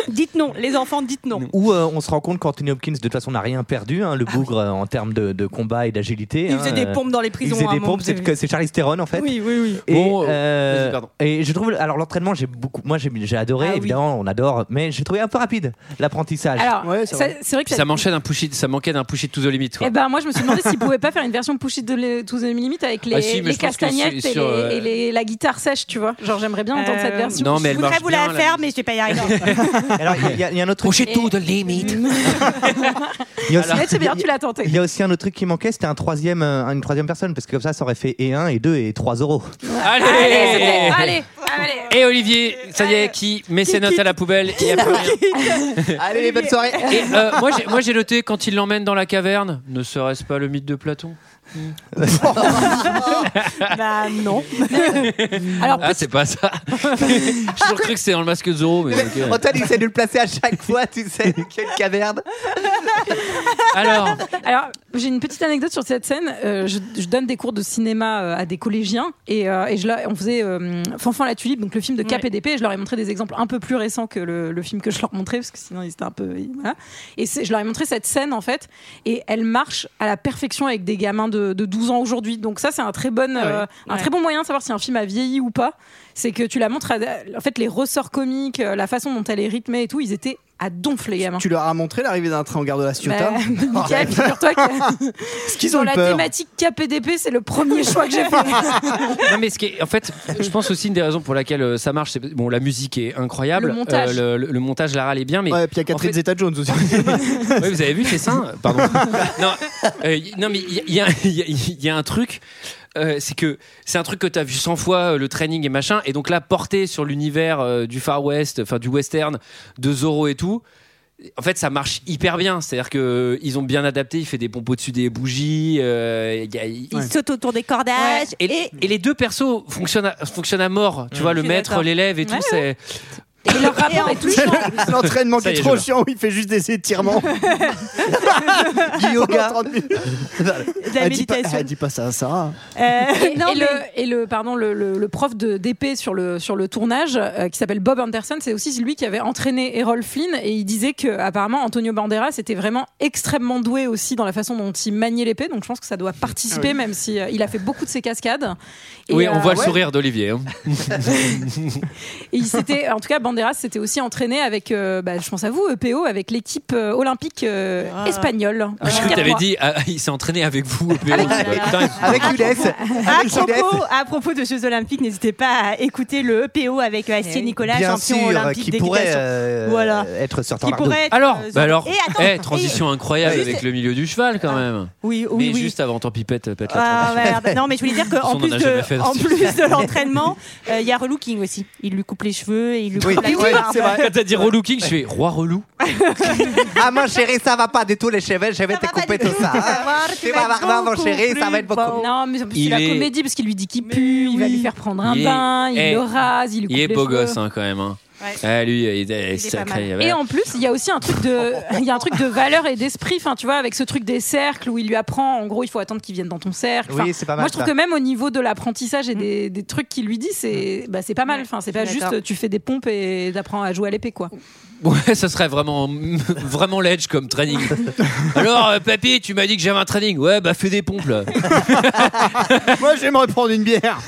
Dites non, les enfants, dites non.
Où euh, on se rend compte qu'Anthony Hopkins, de toute façon, n'a rien perdu, hein, le bougre euh, en termes de, de combat et d'agilité.
Il
hein,
faisait des
euh,
pompes dans les prisons,
Il faisait
à un
des
moment,
pompes,
vous
c'est
avez
que-
vu.
c'est Charlie Theron en fait.
Oui, oui, oui.
Et,
Bon, euh,
euh,
vas-y, pardon.
et je trouve, alors l'entraînement, j'ai beaucoup, moi j'ai j'ai adoré,
Ah oui.
évidemment, on adore, mais j'ai trouvé un peu rapide l'apprentissage.
Alors, ça- Eh ben, c'est vrai que
Puis ça, manquait d'un push it- ça manquait d'un push it to the limit. quoi.
Eh ben moi je me suis demandé s'ils pouvaient pas faire une version push it de les, to the Limit avec les,
Ah si, mais
les
je pense que
castagnettes
sur-
et,
sur,
les-
euh,
et les- la guitare sèche, tu vois. Genre, j'aimerais bien entendre
Euh,
cette version.
non, mais elle
je voudrais
marche
vous
bien,
la
la
faire, mais je vais pas y arriver.
Alors, il y, a- il y a un autre truc.
tout de limite.
Il y a aussi-
Mais c'est bien, tu l'as tenté.
Il y a aussi un autre truc qui manquait, c'était un troisième, euh, une troisième personne, parce que comme ça, ça aurait fait et 1 et 2 et 3 euros.
Allez,
Allez, c'est Eh, bon, allez,
Et Olivier, ça y est, qui met ses notes à la poubelle Il y a plus rien.
Allez, bonne soirée.
Et, euh, moi, j'ai- moi, j'ai noté quand il l'emmène dans la caverne. Ne serait-ce pas le mythe de Platon
bah non.
Alors,
Ah, c'est pas ça. J'ai toujours cru que c'était dans le masque de Zorro. Mais ok.
Antoine, il essaie de le placer à chaque fois, tu sais, quelle caverne.
Alors,
Alors, j'ai une petite anecdote sur cette scène. Euh, je, je donne des cours de cinéma euh, à des collégiens et, euh, et je leur- on faisait euh, Fanfan la tulipe, donc le film de KPDP. Et je leur ai montré des exemples un peu plus récents que le, le film que je leur montrais parce que sinon ils étaient un peu voilà. Et c'est- je leur ai montré cette scène en fait et elle marche à la perfection avec des gamins de, de 12 ans aujourd'hui. Donc ça, c'est un très bon, euh, un très bon moyen de savoir si un film a vieilli ou pas. C'est que tu la montres à, en fait les ressorts comiques, euh, la façon dont elle est rythmée et tout, ils étaient à donf les gamins.
Tu leur as montré l'arrivée d'un train en gare de la Ciotat
Bah, Mickaël, figure-toi que
qu'ils ont
dans
eu
la
peur
thématique KPDP, c'est le premier choix que j'ai fait.
non, mais ce qui est- en fait, je pense aussi une des raisons pour laquelle euh, ça marche, c'est bon, la musique est incroyable,
Le montage.
Euh, le, le- le montage Lara elle est bien, mais
Ouais, et puis il y a Catherine Zeta-Jones aussi.
Ouais, vous avez vu c'est ça Pardon. non, euh, y- non, mais il y, a- il y a- il y a un truc. euh, c'est que c'est un truc que tu as vu 100 fois euh, le training et machin et donc là porté sur l'univers euh, du Far West enfin du western de Zorro et tout en fait ça marche hyper bien c'est à dire que euh, ils ont bien adapté il fait des pompes au dessus des bougies euh, il y a- il-
Il saute autour des cordages.
et, et les deux persos fonctionnent à, fonctionnent à mort tu vois le
Je suis
maître
d'accord.
l'élève et tout
Ouais,
c'est
Et leur rapport est touchant.
L'entraînement qui
Ça y est,
est
je
trop
l'ai.
chiant où il fait juste des étirements. du
yoga.
Ah,
la
elle dit, pas,
méditation.
elle dit pas ça à Sarah.
et, et le, et le- pardon, le, le- le prof de d'épée sur le, sur le tournage, euh, qui s'appelle Bob Anderson, c'est aussi lui qui avait entraîné Errol Flynn. Et il disait que apparemment Antonio Banderas était vraiment extrêmement doué aussi dans la façon dont il maniait l'épée. Donc je pense que ça doit participer,
Ah oui.
même si euh, il a fait beaucoup de ses cascades. Et,
oui
euh,
on voit
ouais.
le sourire d'Olivier hein.
Et il s'était, en tout cas, Banderas s'était aussi entraîné avec, euh, bah, je pense à vous, EPO, avec l'équipe euh, olympique euh, espagnole.
Ah, je crois que
Quatre
t'avais
mois.
dit, ah, il s'est entraîné avec vous au PO. Putain,
Avec
Ah,
Younes.
À propos, à propos de Jeux Olympiques, n'hésitez pas à écouter le EPO avec Astier Nicolas,
Bien
champion
sûr,
olympique
qui pourrait
d'équitation.
euh,
Voilà.
être sur
Qui pourrait être,
Alors,
euh,
bah alors,
Et attends,
eh, transition
et-
incroyable
juste-
avec le milieu du cheval
Ah.
quand même.
Oui, oui,
Mais
oui.
juste avant, tant pis, pète, pète la
Ah,
transition.
merde. Non, mais je voulais dire
Parce
qu'en
qu'on
plus,
en a jamais fait
de-
dans
en
ce
plus de l'entraînement, euh, il y a relooking aussi. Il lui coupe les cheveux et il lui coupe la barbe.
Quand t'as dit relooking, je fais roi relou.
Ah, mon chéri, ça va pas du tout, les cheveux, je vais te couper tout ça. hein. Tu vas voir, mon chéri, ça va être beaucoup.
Non, mais en plus,
Il
c'est la
est-
comédie parce qu'il lui dit qu'il pue, il va lui faire prendre un
Il est-
bain,
eh,
il le rase, il lui coupe
Il est
les
beau
cheveux.
gosse hein, quand même. hein.
Ouais.
Ah, lui, il est,
Il est pas mal.
sacré. il
Et
avait-
en plus, il y a aussi un truc de, il y a un truc de valeur et d'esprit. Enfin, tu vois, avec ce truc des cercles où il lui apprend, en gros, il faut attendre qu'il vienne dans ton cercle. Enfin,
Oui, c'est pas mal,
Moi, je trouve
ça.
que même au niveau de l'apprentissage
Mm.
et des, des trucs qu'il lui dit, c'est, bah, c'est pas mal. Enfin, c'est pas
je suis
juste,
d'accord.
tu fais des pompes et t'apprends à jouer à l'épée, quoi.
Ouais, ça serait vraiment, vraiment ledge comme training. Alors, euh, papy, tu m'as dit que j'avais un training. Ouais, bah fais des pompes là.
Moi, j'aimerais prendre une bière.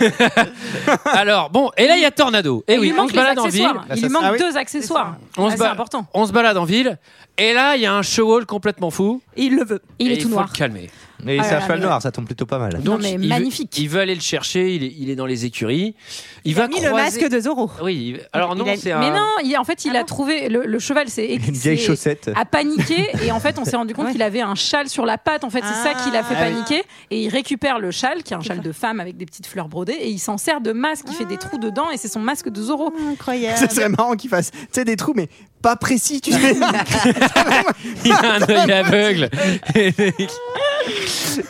Alors, bon, et là, il y a Tornado. Et
il
Eh oui,
lui
on
manque
se
les
balade en ville. Bah,
accessoires. Il lui manque
Ah oui.
deux accessoires.
On
Ah,
se
c'est
ba-
important.
On se balade en ville. Et là, il y a un cheval complètement fou.
Et il le veut.
Il
Et
est tout
il faut
noir.
le calmer.
Mais
Ah
c'est
là
un
là,
cheval
mais-
noir, ça tombe plutôt pas mal.
Non, mais
il veut-
magnifique.
il veut aller le chercher. Il est, il est dans les écuries. Il, va
mis
croiser.
le masque de Zorro.
Oui. il- Alors
Il
non,
a-
c'est un.
Mais Ah non, il- en fait, il a trouvé le, le cheval, c'est
Une vieille
c'est-
chaussette.
a paniqué et en fait, on s'est rendu compte qu'il avait un châle sur la patte. En fait, c'est ça qui l'a fait
Ah oui.
paniquer et il récupère le châle, qui est un châle de femme avec des petites fleurs brodées, et il s'en sert de masque. Il fait des trous dedans et c'est son masque de Zorro.
Ce
Incroyable.
serait marrant qu'il fasse tu sais, des trous, mais pas précis. Tu sais.
Il a un œil aveugle.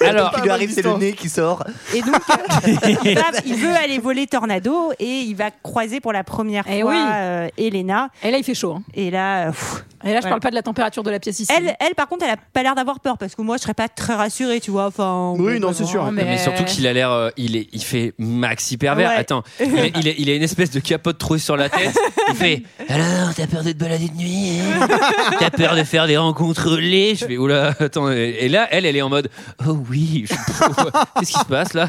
Alors,
Qui lui arrive, c'est le nez qui sort.
Et donc, euh, il, va- il veut aller voler Tornado et il va croiser pour la première
Eh
fois
oui.
euh, Elena.
Et là, il fait chaud. hein.
Et là, euh, pff.
Et là, je
Ouais.
parle pas de la température de la pièce ici.
elle, elle, par contre, elle a pas l'air d'avoir peur parce que moi, je serais pas très rassurée, tu vois. Enfin,
Oui, non, c'est
Oh,
sûr.
Non,
mais surtout qu'il a l'air, euh, il est, il fait max hyper vert.
Ouais.
Attends, il, est- il est- il a une espèce de capote trouée sur la tête. Il fait alors, t'as peur de te balader de nuit hein T'as peur de faire des rencontres lées Je fais oula, attends. Et et là, elle, elle est en mode, oh oui, je- qu'est-ce qui se passe là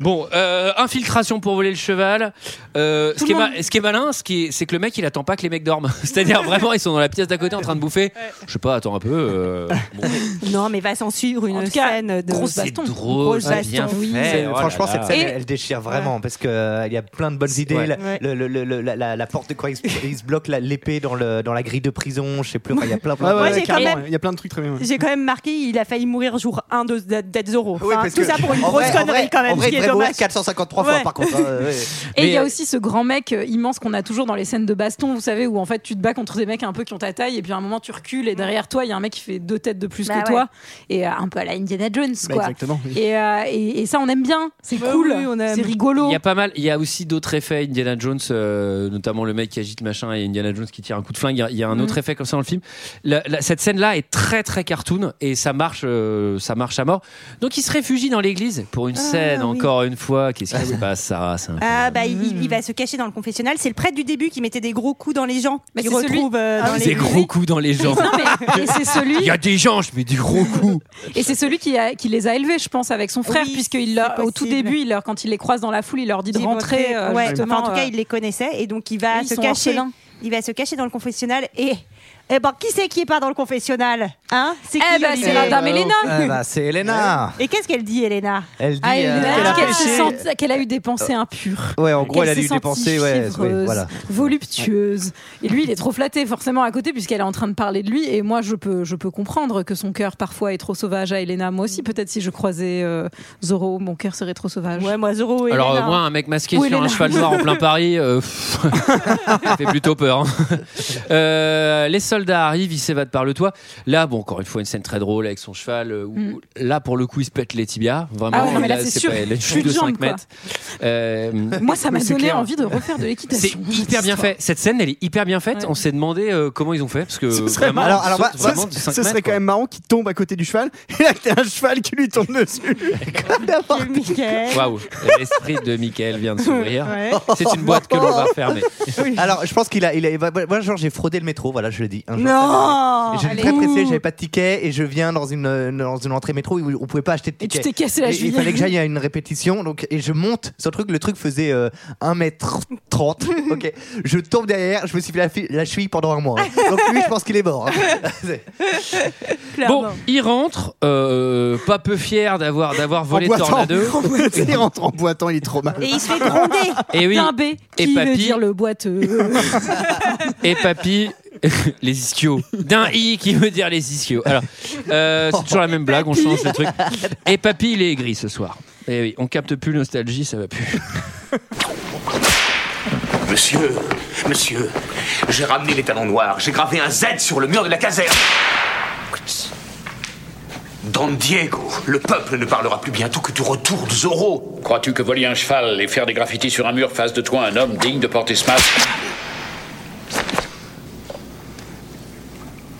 Bon, euh, infiltration pour voler le cheval. Euh, ce,
Tout
qui est
le
ma-
monde.
ce qui est malin, ce qui est- c'est que le mec, il attend pas que les mecs dorment. C'est-à-dire vraiment, ils sont dans la pièce d'à côté en train de bouffer. Je sais pas, attends un peu. euh, bon,
Non, mais va s'en suivre une scène de
grosse- c'est drôle,
Grosse
c'est bien
baston.
fait.
C'est-
oh là
franchement,
là.
cette scène,
Et-
elle, elle déchire vraiment parce qu'il il y a plein de bonnes idées.
ouais.
La,
Ouais.
le- le- le- le- la- la- la porte de quoi il se, il se bloque la- l'épée dans, le- dans la grille de prison, je sais plus. enfin, Il y a plein, plein
Ouais,
de
ouais,
trucs.
ouais, carrément, Il y a plein de trucs très bien. ouais. Ah
J'ai quand même marqué, il a failli mourir jour 1 de de- d'être Zorro. Enfin,
parce
tout
que-
ça pour une
en
grosse
vrai- en
connerie
vrai-
quand même,
en vrai,
ce qui est
Bravo
dommage.
453 fois,
Ouais.
par contre, hein, ouais.
Et il y a
Mais,
aussi ce grand mec euh, immense qu'on a toujours dans les scènes de baston, vous savez, où en fait tu te bats contre des mecs un peu qui ont ta taille, et puis à un moment tu recules, et derrière toi il y a un mec qui fait deux têtes de plus
Bah
que
ouais.
toi, et euh, un peu à la Indiana Jones,
Bah,
quoi.
exactement, oui.
et, euh, et- et ça on aime bien, c'est
Bah
cool,
oui, on aime.
c'est rigolo.
Il y a pas mal. Il y a aussi d'autres effets. Indiana Jones, euh, notamment le mec qui agite machin et Indiana Jones qui tire un coup de flingue. Il y a- Il y, a un autre
Mhm.
effet comme ça dans le film. La- la- cette scène-là est très très cartoon et ça marche, euh, ça marche à mort. Donc il se réfugie dans l'église pour une
Ah,
scène
oui.
encore une fois. Qu'est-ce qui se passe, Sarah C'est un-
Ah bah il,
Hmm.
il- il va se cacher dans le confessionnal. C'est le prêtre du début qui mettait des gros coups dans les gens.
Mais
qui
c'est celui- Ah,
retrouve euh, dans les
Des gros coups dans les gens.
Non, mais- et c'est celui-
Il y a des gens, je mets des gros coups.
Et c'est celui qui, a- qui les a élevés, je pense, avec son frère, puisqu'il leur- au tout début, il leur, quand il les croise dans la foule, il leur dit de
Ils
rentrer.
votaient,
euh,
ouais,
justement,
enfin, en tout cas,
euh,
il les connaissait et donc il va
ils
se
sont
cacher.
orphelins.
Il va se cacher dans le confessionnal et eh ben qui c'est qui est pas dans le confessionnal Hein C'est qui
Eh ben,
Olivier
c'est la dame Elena.
Eh ben, c'est Helena.
Et qu'est-ce qu'elle dit Elena
Elle dit
Ah, elle
euh,
dit
qu'elle a
qu'elle se
péché.
sent- qu'elle a eu des pensées impures.
Ouais, en gros, elle,
Qu'elle
a
s'est
dû
sentie
dépenser. Ouais, ouais,
chivreuse,
voilà.
voluptueuse. Et lui, il est trop flatté forcément à côté puisqu'elle est en train de parler de lui. Et moi, je peux, je peux comprendre que son cœur parfois est trop sauvage à Elena. Moi aussi, peut-être si je croisais euh, Zorro, mon cœur serait trop sauvage.
Ouais, moi Zorro.
Alors euh, moi, un mec masqué
Où
sur
Elena
un cheval noir en plein Paris, euh, pff, ça fait plutôt peur. hein. Euh, les soldats arrivent, ils s'évadent par le toit. Là, bon, encore une fois, une scène très drôle avec son cheval. euh, où-
Mm.
Là, pour le coup, il se pète les tibias. Vraiment,
Ah ouais, non, mais là, c'est sûr.
pas- il a une
Chute
chute de
de jambe,
5
quoi.
mètres. Euh,
Moi, ça m'a
oui, c'est
donné
clair.
envie de refaire de
C'est
l'équitation.
hyper bien
Histoire.
fait. Cette scène, elle est hyper bien faite.
Ouais.
On s'est demandé euh, comment ils ont fait parce que
Ce serait
vraiment,
marrant.
on saute
bah, ça,
vraiment de
ce
5
serait
mètres,
quand même marrant qu'il tombe à côté du cheval et là t'as un cheval qui lui tombe dessus.
quoi. Waouh, l'esprit de Michael vient de s'ouvrir.
Ouais.
C'est une boîte que l'on va fermer.
Alors, je pense qu'il a, il a- Moi, genre, j'ai fraudé le métro, voilà, je le dis. Un jour,
Non
Et J'étais
Allez.
très pressé,
Ouh.
j'avais pas de ticket et je viens dans une, euh, dans une entrée métro où on pouvait pas acheter de
Et tu
ticket.
t'es cassé la
Et
cheville.
Il fallait que j'aille à une répétition donc, et je monte sur le truc. Le truc faisait euh, 1m30. ok. Je tombe derrière, je me suis fait la, fi- la cheville pendant un mois. hein. Donc lui, je pense qu'il est mort. hein. C'est-
Bon, il rentre, euh, pas peu fier d'avoir d'avoir volé
boitant.
Tornado.
il rentre en boitant, il est trop mal.
Et il se fait gronder.
Et Eh oui.
Timbé,
Et
qui veut
papy.
dire le boiteux.
Et papy, les ischios. D'un i qui veut dire les ischios. Alors, euh, c'est toujours la même blague, on change le truc. Et papy, il est aigri ce soir. Et oui, on capte plus nostalgie, ça va plus.
Monsieur, monsieur, j'ai ramené les talons noirs. J'ai gravé un Z sur le mur de la caserne. Don Diego, le peuple ne parlera plus bientôt que du retour de Zorro.
Crois-tu que voler un cheval et faire des graffitis sur un mur fasse de toi un homme digne de porter ce masque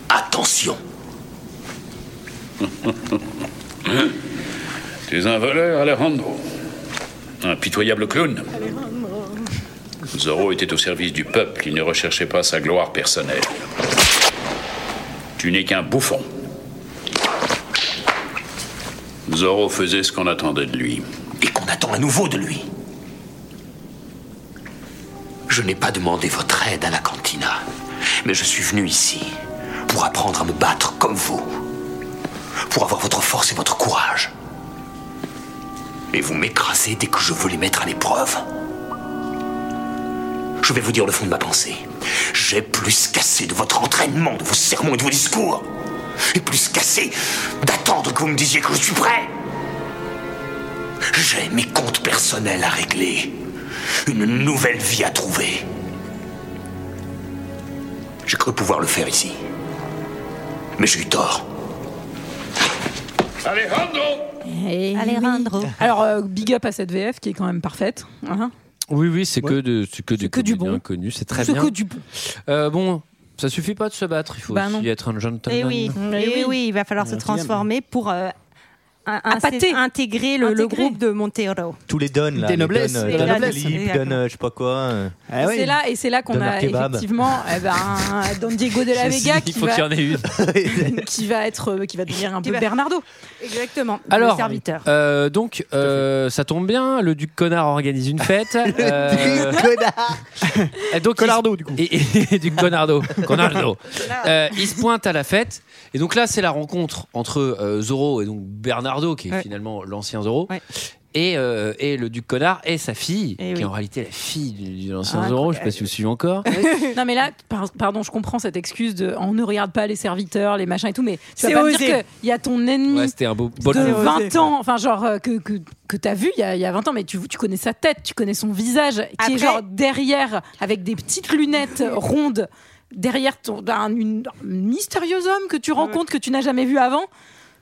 Attention.
Tu es un voleur, Alejandro. Un pitoyable clown. Zorro était au service du peuple, il ne recherchait pas sa gloire personnelle. Tu n'es qu'un bouffon. Zorro faisait ce qu'on attendait de lui.
Et qu'on attend à nouveau de lui. Je n'ai pas demandé votre aide à la cantina, mais je suis venu ici pour apprendre à me battre comme vous, pour avoir votre force et votre courage. Et vous m'écrasez dès que je veux les mettre à l'épreuve. Je vais vous dire le fond de ma pensée. J'ai plus cassé de votre entraînement, de vos sermons et de vos discours. Et plus cassé d'attendre que vous me disiez que je suis prêt. J'ai mes comptes personnels à régler. Une nouvelle vie à trouver. J'ai cru pouvoir le faire ici. Mais j'ai eu tort.
Alejandro
Alejandro. Alors, euh, big up à cette VF qui est quand même parfaite. Hein
Oui, oui, c'est que, de, c'est que, des
que du
comédiens
bon.
connus, c'est très
C'est
bien.
que du bon.
Euh, bon, ça suffit pas de se battre, il faut
Bah non.
Eh
aussi être un gentleman.
Ah,
Et oui, et oui, il va falloir se transformer pour euh, un-
Ah,
un- c'est- intégrer le, le groupe de Montero.
Tous les donnes, là.
Des
les
noblesses,
donnes,
des
euh, donnes
noblesses,
Philippe,
exactement.
donnes, euh, je sais pas quoi. euh.
Ah
Ah
C'est là et c'est là qu'on
Donne leur
a
kebab.
effectivement eh ben, un Don Diego de la Vega qui va,
ait une.
qui va être euh, qui va devenir un peu
va-
Bernardo.
Exactement.
Alors,
serviteur.
euh, donc, euh, ça tombe bien, le duc connard organise une fête. euh, et donc, Conardo, du coup. Et, et- duc Conardo. Conardo. Euh, il se pointe à la fête. Et donc là, c'est la rencontre entre euh, Zorro et donc Bernardo, qui est
Ouais.
finalement l'ancien Zorro. Et, euh, et le duc connard et sa fille,
Eh
qui est
oui.
en réalité la fille du- de l'ancien
Ah,
Zorro, je sais pas si vous suivez encore.
non mais là, par- pardon, je comprends cette excuse de on ne regarde pas les serviteurs, les machins et tout, mais tu
C'est
vas pas me
osé.
dire qu'il y a ton ennemi
Ouais, c'était un beau bon
de
coup.
20 ans, enfin genre euh, que, que, que t'as vu il y, a, il y a 20 ans, mais tu, tu connais sa tête, tu connais son visage, qui est genre derrière, avec des petites lunettes rondes, derrière ton, un, une- un mystérieux homme que tu rencontres, que tu n'as jamais vu avant.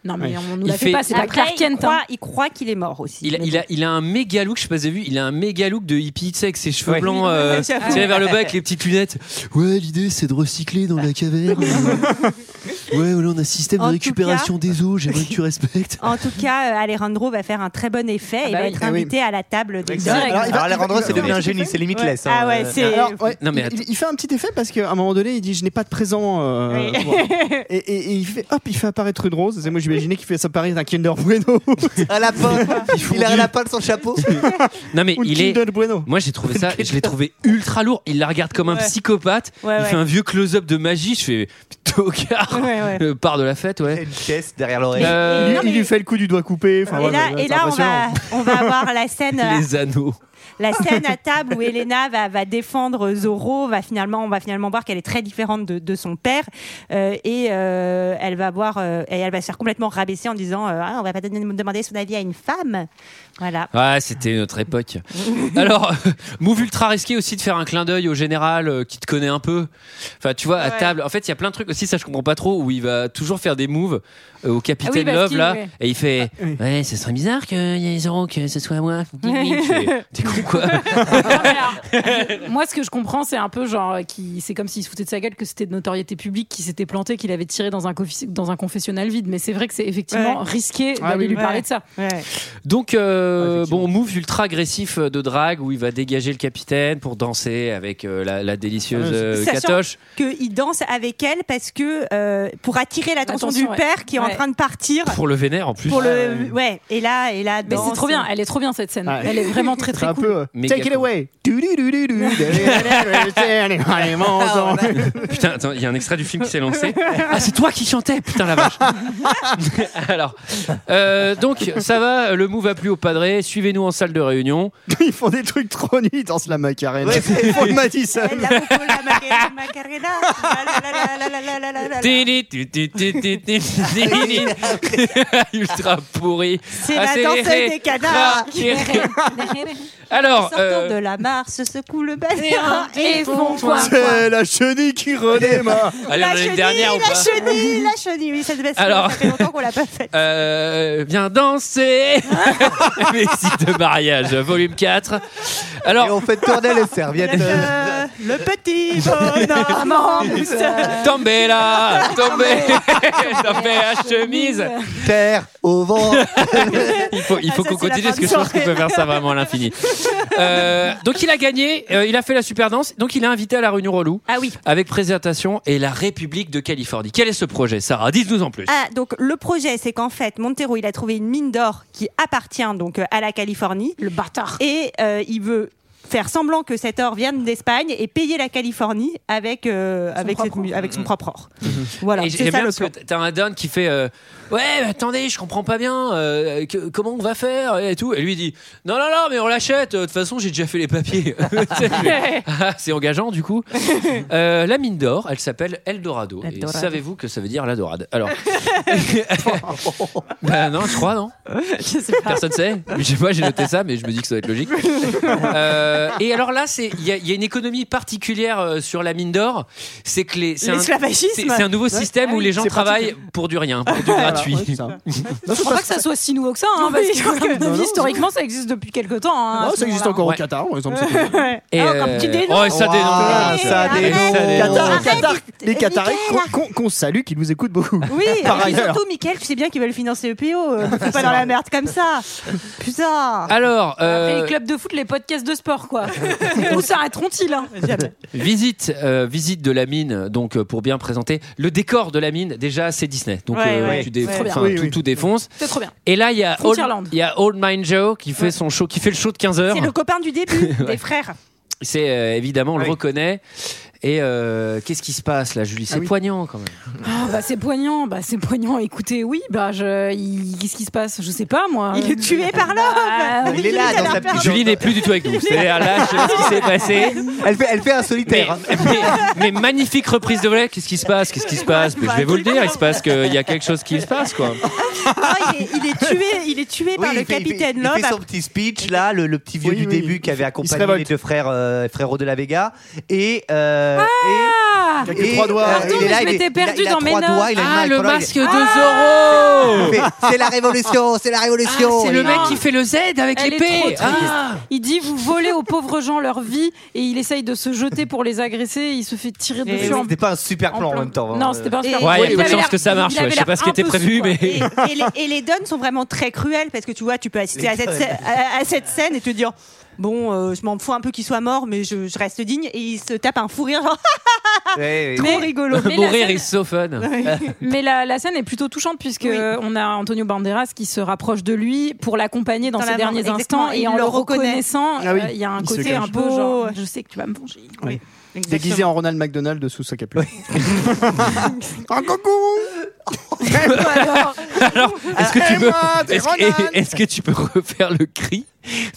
Non mais
Ouais.
on nous
Il
l'a fait,
fait-
pas, c'est pas
Après,
Clark
il
hein.
Kent. hein.
croit-
il croit qu'il est mort aussi.
Il a, il, a, il a un méga look, je sais pas si vous avez vu, il a un méga look de hippie, tu sais, avec ses cheveux
Ouais.
blancs
Oui,
euh,
ouais, j'avoue.
tirés vers le bas avec les petites lunettes.
Ouais, l'idée c'est de recycler dans la caverne. euh. ouais, voilà, on a un système
En
de
tout
récupération
cas-
des eaux, j'aimerais que tu respectes.
En tout cas, euh, Alejandro va faire un très bon effet. il
bah
va
oui.
être
Ah oui.
invité à la table de
Exact. Alors, il va- Alejandro, c'est devenu un génie, c'est limitless, hein.
Ah ouais, c'est.
Alors, ouais,
Non, mais
il-
attends.
il, il fait un petit effet parce qu'à un moment donné, il dit Je n'ai pas de présent. euh,
Oui.
pour- et, et- et il fait Hop, il fait apparaître une rose. Et moi, j'imaginais qu'il fait ça apparaître un Kinder Bueno.
à la fin, il a la de son chapeau.
Non mais
Ou le
il est.
Kinder Bueno.
Moi j'ai trouvé ça, je l'ai trouvé ultra lourd. Il la regarde comme un
Ouais.
psychopathe.
Ouais,
il
ouais.
fait un vieux close-up de magie. Je fais tocard.
Ouais, ouais.
Euh, part de la fête, ouais. Une
caisse derrière l'oreille.
Euh,
il, lui- il lui fait le coup du doigt coupé. Enfin,
Et
voilà,
là,
voilà,
et
c'est
là, on, va,
impressionnant.
on va avoir la scène,
Les anneaux.
la scène à table où Elena va, va défendre Zorro. Va finalement, on va finalement voir qu'elle est très différente de, de son père euh, et euh, elle va voir euh, et elle va se faire complètement rabaisser en disant euh, ah, on va pas donner- demander son avis à une femme. Voilà.
Ouais, c'était notre époque. Alors, move ultra risqué aussi de faire un clin d'œil au général euh, qui te connaît un peu. Enfin, tu vois, à
Ouais.
table. En fait, il y a plein de trucs aussi, ça je comprends pas trop, où il va toujours faire des moves euh, au
Ah oui,
capitaine
parce
Love
qu'il-
là,
ouais.
et il fait Ouais, ce serait bizarre qu'il y ait Zoro, que ce soit moi. Je fais, T'es con quoi
Moi, ce que je comprends, c'est un peu genre euh, qui, c'est comme s'il se foutait de sa gueule que c'était de notoriété publique, qu'il s'était planté, qu'il avait tiré dans un confi- dans un confessionnal vide. Mais c'est vrai que c'est effectivement
Ouais.
risqué
Ah
d'aller
oui,
lui
ouais.
parler de ça.
Donc, euh, bon, move ultra agressif euh, de drague où il va dégager le capitaine pour danser avec euh, la, la
Ah,
délicieuse euh,
Sachant
Katoche.
qu'il danse avec elle parce que euh, pour attirer l'attention du
Attention, ouais.
père qui est en
Ouais.
train de partir.
Pour le vénère en plus.
Pour le ouais et là et là
Mais c'est trop
euh,
bien. Elle est trop bien cette scène. Elle est vraiment très très
C'est un
cool.
peu, euh,
Méga
Take it
cool.
away. Ah, ouais.
Putain, attends, il y a un extrait du film qui s'est lancé. Ah, c'est toi qui chantais, putain la vache. Alors, euh, donc ça va, le move a plu au padré. Suivez-nous en salle de réunion.
Ils font des trucs trop nuls, ils dansent la macarena. ils font de Madison.
Macarena. La, la, la, la, la, la, la, la, la.
Tili, tu, tu, tu, tu, tu, tili. Ultra pourri.
C'est
Ah,
la
ré-
danseuse des canards.
ré- Alors,
Sortant
euh,
de la mare, se secoue le bassin et font coin.
C'est la chenille qui redémarre.
Allez, on a une dernière ou
la
pas
chenille, la chenille, oui, ça devait
Alors.
ça fait longtemps qu'on l'a pas fait.
Euh, viens danser Musique de mariage, volume 4. Alors,
on fait tourner les serviettes.
Euh, le petit bonhomme en mousse.
Tombez là Tombez Tombez à chemise
Terre au vent.
Il faut, il faut
Ah, ça,
qu'on
c'est la
continue
fin
parce
de
que je pense qu'on
soirée.
peut faire ça vraiment à l'infini. Euh, donc il a gagné, euh, il a fait la super danse, donc il a invité à la réunion relou.
Ah oui.
Avec présentation et la République de Californie. Quel est ce projet, Sarah Dites-nous en plus.
Ah, donc le projet, c'est qu'en fait, Montero, il a trouvé une mine d'or qui appartient donc euh, à la Californie.
Le bâtard.
Et euh, il veut faire semblant que cet or vienne d'Espagne et payer la Californie avec, euh, avec, cette mu- avec
Mmh.
son propre or. Voilà,
Et
c'est
j'aime
ça
bien
le
parce que t'as un Don qui fait euh, ouais mais attendez je comprends pas bien euh, que- comment on va faire et tout et lui il dit non non non mais on l'achète euh, de toute façon j'ai déjà fait les papiers Tu sais, mais- Ah, c'est engageant du coup Euh, la mine d'or elle s'appelle Eldorado et
Eldorado.
savez-vous que ça veut dire la dorade alors bah non je crois non
Je sais pas.
personne sait je sais pas j'ai noté ça mais je me dis que ça va être logique Euh, Euh, et alors là, c'est- il y, a- il y a une économie particulière euh, sur la mine d'or. C'est que les. c'est un-
L'esclavagisme.
C'est c'est un nouveau
Ouais.
système
Ah
où
oui.
les gens
C'est pratique. Ah, bah,
travaillent pour du rien, pour du gratuit.
Je crois pas que ça soit si nouveau que ça, hein, parce que, à mon avis, historiquement, ça existe depuis quelque temps. hein, à
Ah,
ce
ça existe
moment-là.
encore au
Ouais.
Qatar, par exemple.
Ouais.
Et
Ah, encore
euh,
petit dénonce.
ouais, ça dénonce.
Ah, ça
Arrête.
dénonce.
Arrête.
Qatar,
Arrête.
Qatar, les Qataris
Mickaël.
qu'on- qu'on qu'on salue, qui nous écoutent beaucoup.
ah, Oui,
par
et puis
ailleurs.
surtout, Mickaël, tu sais bien qu'ils veulent financer le PO. euh, Ne fais pas dans la merde comme ça. Putain.
Alors, euh,
Après les clubs de foot, les podcasts de sport, quoi. Où s'arrêteront-ils hein
visite, euh, visite de la mine. Donc, euh, pour bien présenter le décor de la mine, déjà c'est Disney. Donc,
Ouais,
euh,
ouais.
tu dé-
Ouais. Trop bien.
enfin,
Oui,
tout,
oui.
tout défonce.
C'est trop bien.
Et là, il y a
Frontierland.
Old, il y a Old Mind Joe qui fait son show, qui fait le show de 15 heures.
C'est le copain du début,
Ouais.
des frères.
C'est euh, évidemment, on le reconnaît. Et euh, qu'est-ce qui se passe là, Julie C'est poignant quand même.
Ah, bah, c'est poignant, bah, c'est poignant. Écoutez, oui, bah, je... il- qu'est-ce qui se passe Je sais pas, moi.
Il est tué par
Ah
l'homme.
Il est là, dans sa petite-
Julie n'est plus du tout avec nous. C'est-à-dire là, je sais pas ce qui s'est passé.
Elle fait, elle fait un solitaire.
Mais, mais- mais magnifique reprise de volet. Qu'est-ce qui se passe Qu'est-ce qui se passe Mais Je vais vous le dire. Il se passe qu'il y a quelque chose qui se passe quoi.
Ah, il, est, il est tué, il est tué par
Oui,
le
il fait- il fait-
capitaine
il fait,
Love.
son petit speech là, le, le petit vieux du début qui avait accompagné les
révolte.
deux frères, euh, frérots de la Vega, et, euh,
Ah
et,
Quelques trois doigts.
Pardon, mais je m'étais perdue
il a
dans mes
trois
notes. Ah
doigts, il a une
Ah,
main,
le
il a-
masque de Zorro
Il fait, C'est la révolution, c'est la révolution.
Ah, C'est le mec qui fait le Z avec
Oh, Elle est trop
l'épée.
triste.
Ah.
Il dit vous volez aux pauvres gens leur vie et il essaye de se jeter pour les agresser. Il se fait tirer
Mais
dessus. en-
C'était pas un super plan en même temps. hein.
Non, c'était pas un super
plan. Ouais,
il y a peu de
avait
chances
l'air-
que ça marche,
il avait
ouais. Je sais pas
l'air
ce qui
un
était
peu
prévu,
sous, quoi.
mais-
Et-
Et les, et les donnes sont vraiment très cruelles parce que tu vois, tu peux assister
Les
à cette,
donnes.
scè- à, à cette scène et te dire Bon, euh, je m'en fous un peu qu'il soit mort, mais je, je reste digne. Et il se tape un fou rire, genre
Ouais,
trop rigolo.
mais la
Mourir
scène-
is so fun.
Mais la, la scène est plutôt touchante puisque euh, on a Antonio Banderas qui se rapproche de lui pour l'accompagner dans,
Dans
ses
la-
derniers
exactement,
instants et
il
en
le
le
reconnaît.
reconnaissant,
Ah oui,
euh, il y a un
il se
côté
cache.
un peu genre je sais que tu vas me venger.
Oui.
Exactement.
Déguisé en Ronald McDonald de sous sa capuche. Un coucou
Alors,
Euh,
est-ce que tu
Emma,
peux,
t'es
est-ce
Ronald.
que, est-ce que tu peux refaire le cri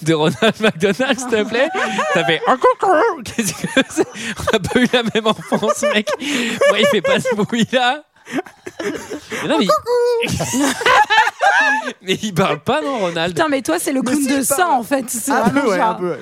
de Ronald McDonald, s'il te plaît T'as fait un coucou. Qu'est-ce que c'est On a pas eu la même enfance, mec. Moi, il fait pas ce bruit-là. Mais non, mais, il... mais il parle pas, non, Ronald
Putain mais toi c'est le clown de ça en fait. C'est
Un
vraiment
Ah, peu, ouais,
genre-
un peu. ouais.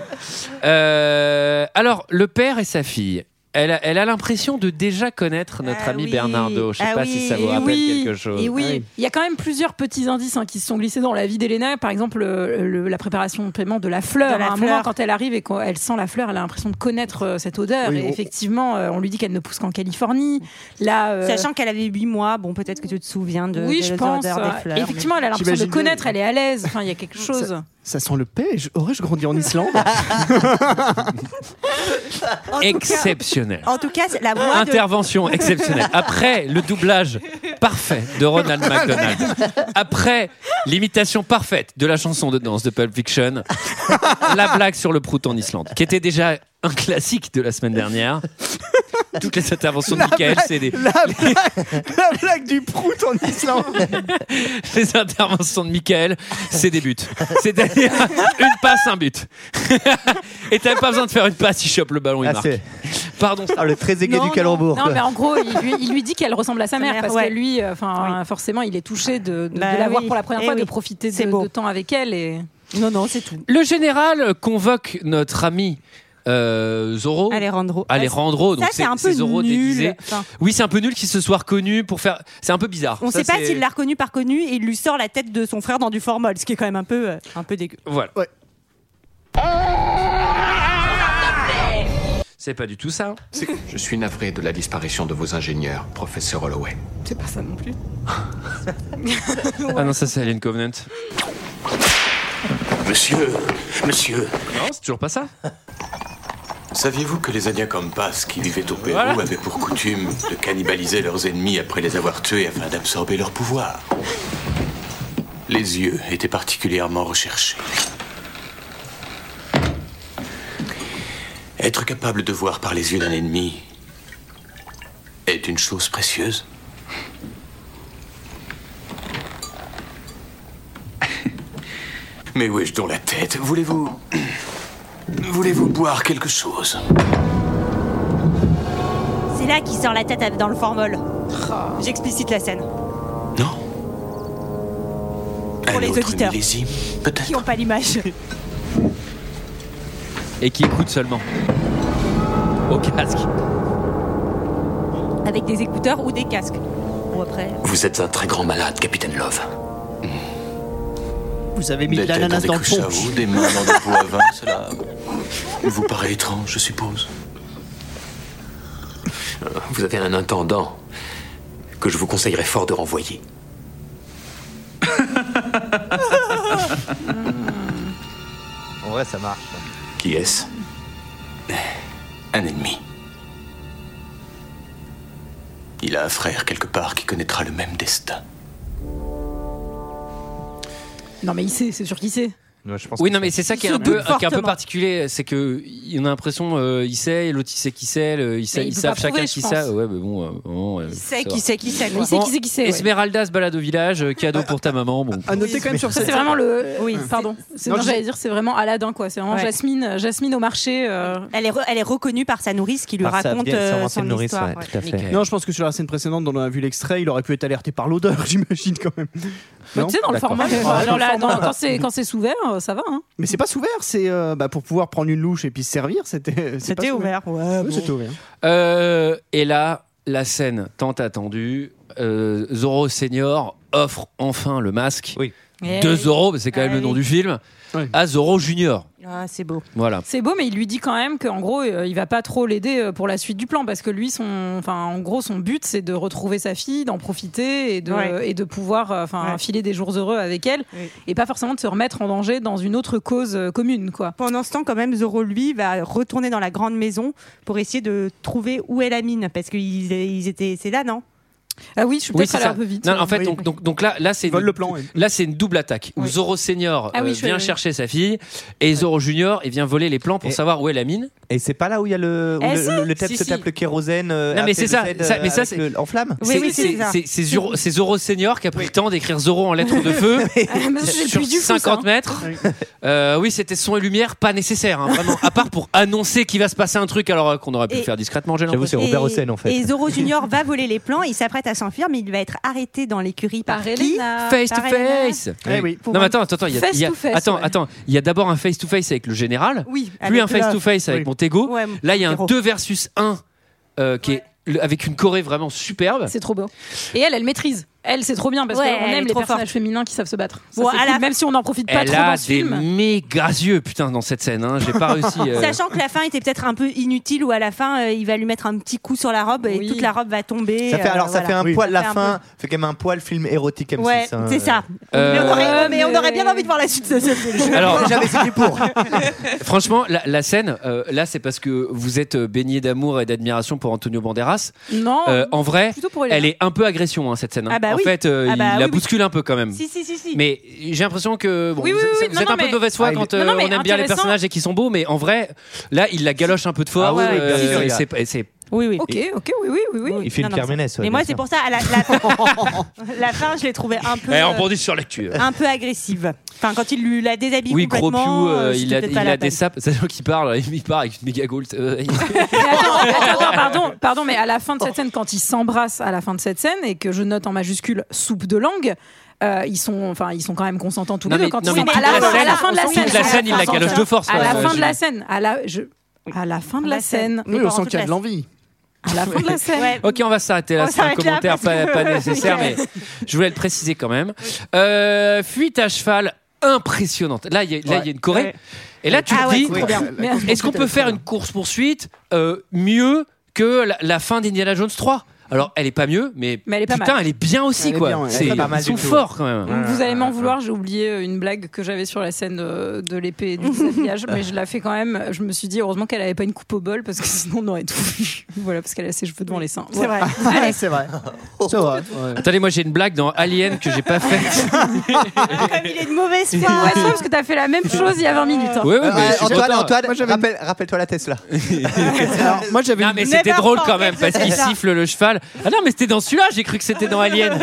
Euh, alors, le père et sa fille. Elle a, elle a l'impression de déjà connaître notre
Ah
ami
oui.
Bernardo. Je sais
Ah
pas
oui.
si ça vous
Et
rappelle
oui,
quelque chose.
Et oui,
Ah oui.
il y a quand même plusieurs petits indices hein, qui se sont glissés dans la vie d'Elena. Par exemple, euh, le- la préparation de paiement de la fleur.
De la
à un
fleur.
moment, quand elle arrive et qu'elle sent la fleur, elle a l'impression de connaître euh, cette odeur.
Oui, oh.
et
on-
effectivement, euh, on lui dit qu'elle ne pousse qu'en Californie. Là, euh,
Sachant qu'elle avait 8 mois, bon, peut-être que tu te souviens de,
oui,
de
je
l'odeur
pense.
des
euh,
fleurs.
effectivement, elle a l'impression
J'imagine
de
bien.
connaître. Elle est à l'aise. Enfin, il y a quelque chose.
Ça sent le pêche. Aurais-je grandi en Islande
En tout cas-
Exceptionnel.
En tout cas, c'est la voix de
Intervention exceptionnelle. Après le doublage parfait de Ronald McDonald, après l'imitation parfaite de la chanson de danse de Pulp Fiction, la blague sur le prout en Islande, qui était déjà un classique de la semaine dernière. Toutes les interventions de Michael, c'est des,
La blague, la blague du prout en Islande
les interventions de Michael, c'est des buts. C'est-à-dire une passe, un but. Et t'as pas besoin de faire une passe, il chope le ballon, il
Ah,
marque.
c'est-
Pardon.
ah, le très aigué
Non,
du
non,
calembour.
Non,
quoi.
mais en gros, il lui, il lui dit qu'elle ressemble à sa mère,
mère,
parce
ouais.
que lui, euh, enfin, forcément, il est touché de, de,
Bah
de la voir
oui.
pour la première
Eh
fois, de
oui.
profiter de,
C'est beau.
de temps avec elle. Et...
Non, non, c'est tout.
Le général convoque notre ami euh, Zorro.
Alejandro.
Alejandro,
Ça,
donc
c'est
c'est
un peu
c'est Zorro
nul.
déguisé.
Enfin,
Oui, c'est un peu nul qu'il se soit reconnu pour faire. C'est un peu bizarre.
on ne
Ça,
sait pas
c'est-
s'il l'a reconnu par connu et il lui sort la tête de son frère dans du formol, ce qui est quand même un peu, euh, un peu dégueu.
Voilà.
Ouais.
C'est pas du tout ça. hein.
Je suis navré de la disparition de vos ingénieurs, professeur Holloway.
C'est pas ça non plus.
Ah non, ça c'est Alien Covenant.
Monsieur, monsieur,
Non, c'est toujours pas ça.
saviez-vous que les Adiacampas qui vivaient au Pérou
Voilà.
avaient pour coutume de cannibaliser leurs ennemis après les avoir tués afin d'absorber leur pouvoir Les yeux étaient particulièrement recherchés. Être capable de voir par les yeux d'un ennemi est une chose précieuse. Mais où ai-je donc la tête Voulez-vous. Voulez-vous boire quelque chose
C'est là qu'il sort la tête avec- dans le formol. Ah. J'explicite la scène
Non
pour
Un
les
autre
auditeurs
millésime,
qui
peut-être.
n'ont pas l'image.
et qui écoute seulement au casque.
Avec des écouteurs ou des casques. Ou après.
Vous êtes un très grand malade, capitaine Love.
Vous avez mis de
Peut-être
l'ananas
avez
dans le
cru
fond.
ça, vous, des mains dans des pots à vin, cela vous paraît étrange, je suppose. Euh, Vous avez un intendant que je vous conseillerais fort de renvoyer.
En vrai, ça marche.
Qui est-ce Un ennemi. Il a un frère quelque part qui connaîtra le même destin.
Non, mais il sait, c'est sûr qu'il sait.
oui, non, mais c'est ça qui est un
Il se doute
peu, qui est un peu
fortement.
particulier, c'est que il- on a l'impression euh, il sait, l'autre il sait qui c'est, le- il sait,
Mais il
ils
peut
savent
pas
chacun
prouver, je
qui
pense.
sait. Ouais, mais bon, euh, bon, euh,
sait
ça
qui
va.
sait qui sait, quoi. Il sait qui c'est qui c'est, ouais. Ah,
Esmeralda se balade au village, euh, cadeau pour ta maman. Bon.
À noter quand même sur
Ça,
cette.
c'est vraiment le. Oui, pardon. C'est-
Non,
non,
je-
J'allais dire, c'est vraiment Aladdin, quoi. C'est vraiment
Ouais.
Jasmine, Jasmine au marché. euh.
Elle, est re- elle est reconnue par sa nourrice qui lui
Par sa-
raconte
bien
euh,
sûr,
son
ancienne nourrice,
histoire.
ouais,
ouais.
tout à fait.
Non, je pense que sur la scène précédente, dont on a vu l'extrait, il aurait pu être alerté par l'odeur, j'imagine quand même.
Bah,
Non
tu sais, dans le
D'accord.
format,
Ouais,
enfin,
dans
dans
le
la-
format.
dans- quand c'est quand c'est sous verre, euh, ça va. Hein.
Mais c'est pas sous verre, c'est euh, bah, pour pouvoir prendre une louche et puis se servir, c'était. c'est pas
C'était
sous
ouvert, ouais.
Ouais,
Ah bon.
c'était ouvert.
Euh, et là, la scène tant attendue, euh, Zorro Senior offre enfin le masque
Eh
de
oui.
Zorro, c'est quand même
Ah
le nom
oui.
du film, à Zorro Junior.
Ah, c'est beau.
Voilà.
C'est beau, mais il lui dit quand même qu'en gros, euh, il va pas trop l'aider euh, pour la suite du plan parce que lui, son, enfin, en gros, son but, c'est de retrouver sa fille, d'en profiter et de,
Ouais.
et de pouvoir, euh, enfin,
Ouais.
filer des jours heureux avec elle et pas forcément de se remettre en danger dans une autre cause euh, commune, quoi.
Pendant ce temps, quand même, Zoro, lui, va retourner dans la grande maison pour essayer de trouver où est la mine. Parce qu'ils ils étaient. C'est là, non
Ah oui, je suis
Oui,
peut-être
c'est
allée
ça.
un peu vite.
Non, en fait, donc, donc, donc là, là c'est une, là c'est une double attaque où Zorro Senior
Ah oui,
euh,
je-
vient chercher sa fille et Zorro Junior il vient voler les plans pour
Et-
savoir où est la mine.
Et c'est pas là où il y a le, où
Eh
le,
si,
le- le tape
si,
se
si.
tape le kérosène. euh,
Non mais
après
c'est
le
ça,
Z,
ça-
euh,
mais ça
avec le- en flamme.
C'est- c'est- c'est- c'est Zorro- c'est Zorro Senior qui a pris le temps d'écrire Zorro en lettres de feu
Ah, mais ça, c'est le
sur
plus du fou, ça,
50
hein.
mètres. Euh, oui, c'était son et lumière pas nécessaire, hein, vraiment. À part pour annoncer qu'il va se passer un truc, alors euh, qu'on aurait pu
Et-
le faire discrètement. j'ai
J'avoue, c'est
l'impression.
Robert Hossein, en fait.
Et Zoro Junior va voler les plans, il s'apprête à s'enfuir, mais il va être arrêté dans l'écurie par, qui
Elena.
Face to
Ah, Par Elena.
face.
Eh oui.
Non mais attends, attends, attends, il y a,
Face
il y a-
to face,
attends,
ouais.
attends, il y a d'abord un face to face avec le général.
Oui,
Puis
avec
un face
la-
to face avec
oui.
Montego.
Ouais,
Là, il y a un 2
Montego.
versus 1 euh, qui est le- avec une Corée vraiment superbe.
C'est trop beau. Et elle, elle maîtrise. Elle, c'est trop bien parce
Ouais,
qu'on
elle est
aime les
trop
personnages
forte.
féminins qui savent se battre. Ça,
Bon,
c'est
à
cool,
la-
Même si on n'en profite pas
Elle
trop dans
a
ce
des
film.
méga yeux, putain, dans cette scène. Hein. J'ai pas réussi. euh,
Sachant que la fin était peut-être un peu inutile, ou à la fin, euh, il va lui mettre un petit coup sur la robe et toute la robe va tomber.
Ça fait,
euh,
alors ça
voilà.
fait un poil
Ça
la
fait un
fin,
peu-
fait quand même un poil film érotique M6.
Ouais,
hein.
c'est ça.
Euh,
Mais, on aurait,
Euh,
mais on aurait bien envie de voir la suite de ce film.
Alors-
J'avais signé pour.
Franchement, la, la scène, euh, là, c'est parce que vous êtes euh, baigné d'amour et d'admiration pour Antonio Banderas.
Non.
Euh, en vrai,
Oh, plutôt pour Elena.
elle est un peu agression, hein, cette scène. hein.
Ah bah
en
oui.
fait, euh,
Ah bah
il
oui,
la
oui.
bouscule un peu quand même.
Si, si, si, si.
Mais j'ai l'impression que bon,
Oui,
vous,
oui, oui,
vous
non,
êtes
non,
un peu
mais-
de mauvaise foi
Ah, il est-
quand
Non,
euh,
non, mais
on aime bien les
intéressant.
personnages et qu'ils sont beaux, mais en vrai, là, il la galoche un peu de fort.
Ah oui, oui, bien sûr,
et
il a-
c'est- et c'est-
Oui, oui.
Ok, ok, oui, oui, oui, oui.
Il fait
Non,
une
non,
Pierre
Mais moi, c'est pour ça, à la, la- la fin, je l'ai trouvée un peu.
Eh, on
euh,
rebondit sur l'actu.
un peu agressive. Enfin, quand il lui la déshabille
Oui, gros piou,
complètement,
euh,
euh,
il
c'était
a,
peut-être
il
pas
a
la
des
peine.
sapes. C'est-à-dire qu'il part, là, il part avec une méga gaule. euh, il-
Mais attends, attends, attends, pardon, pardon, mais à la fin de cette scène, quand ils s'embrassent à la fin de cette scène et que je note en majuscule soupe de langue. euh, ils sont, enfin, ils sont quand même consentants tous
Non,
les
mais-
deux. Quand
non,
ils
mais
sont- à,
toute
la,
la
fin- à
scène-
la fin de la
toute
scène,
la scène, il la galoche de force,
À
ouais,
la
ouais,
fin de la
je-
scène, à la, je- à la fin de la scène.
Oui,
Mais
on
pas
sent
en
qu'il y a
toute
de
la-
l'envie.
À la fin de la scène.
Ouais.
Ok, on va s'arrêter là.
On
C'est un
s'arrête là
commentaire
parce
pas,
que-
pas nécessaire, mais je voulais le préciser quand même. Euh, fuite à cheval impressionnante. Là, il y, a- là, il y a une Corée.
Ouais.
Et là, tu
Ah
te
ouais,
dis,
trop bien.
Mais est-ce qu'on peut faire une course poursuite mieux que la, la fin d'Indiana Jones 3 Alors, elle est pas mieux, mais,
Mais elle est pas
putain,
mal.
elle est bien aussi,
Elle est
quoi.
bien, ouais.
C'est-
Elle est pas mal
ils
du
sont
tout.
forts quand même.
Vous allez m'en vouloir, j'ai oublié euh, une blague que j'avais sur la scène euh, de l'épée et du déshabillage, mais je la fais quand même. Je me suis dit, heureusement qu'elle avait pas une coupe au bol, parce que sinon on aurait tout vu. Voilà, parce qu'elle a ses cheveux devant les seins.
C'est vrai.
Ouais, c'est vrai. C'est vrai. ouais.
Attendez, moi j'ai une blague dans Alien que j'ai pas faite.
Comme il est de mauvaise foi.
Ouais, c'est vrai, parce que t'as fait la même chose il y a 20 minutes. hein.
Ouais, ouais, mais
Euh,
je suis
Antoine,
content.
Antoine, rappelle- rappelle-toi la Tesla.
Alors, moi, j'avais
Non
une-
mais c'était
Never
drôle
forget
quand même
the
parce qu'il
Tesla.
siffle le cheval. Ah non mais c'était dans celui-là, j'ai cru que c'était dans Alien.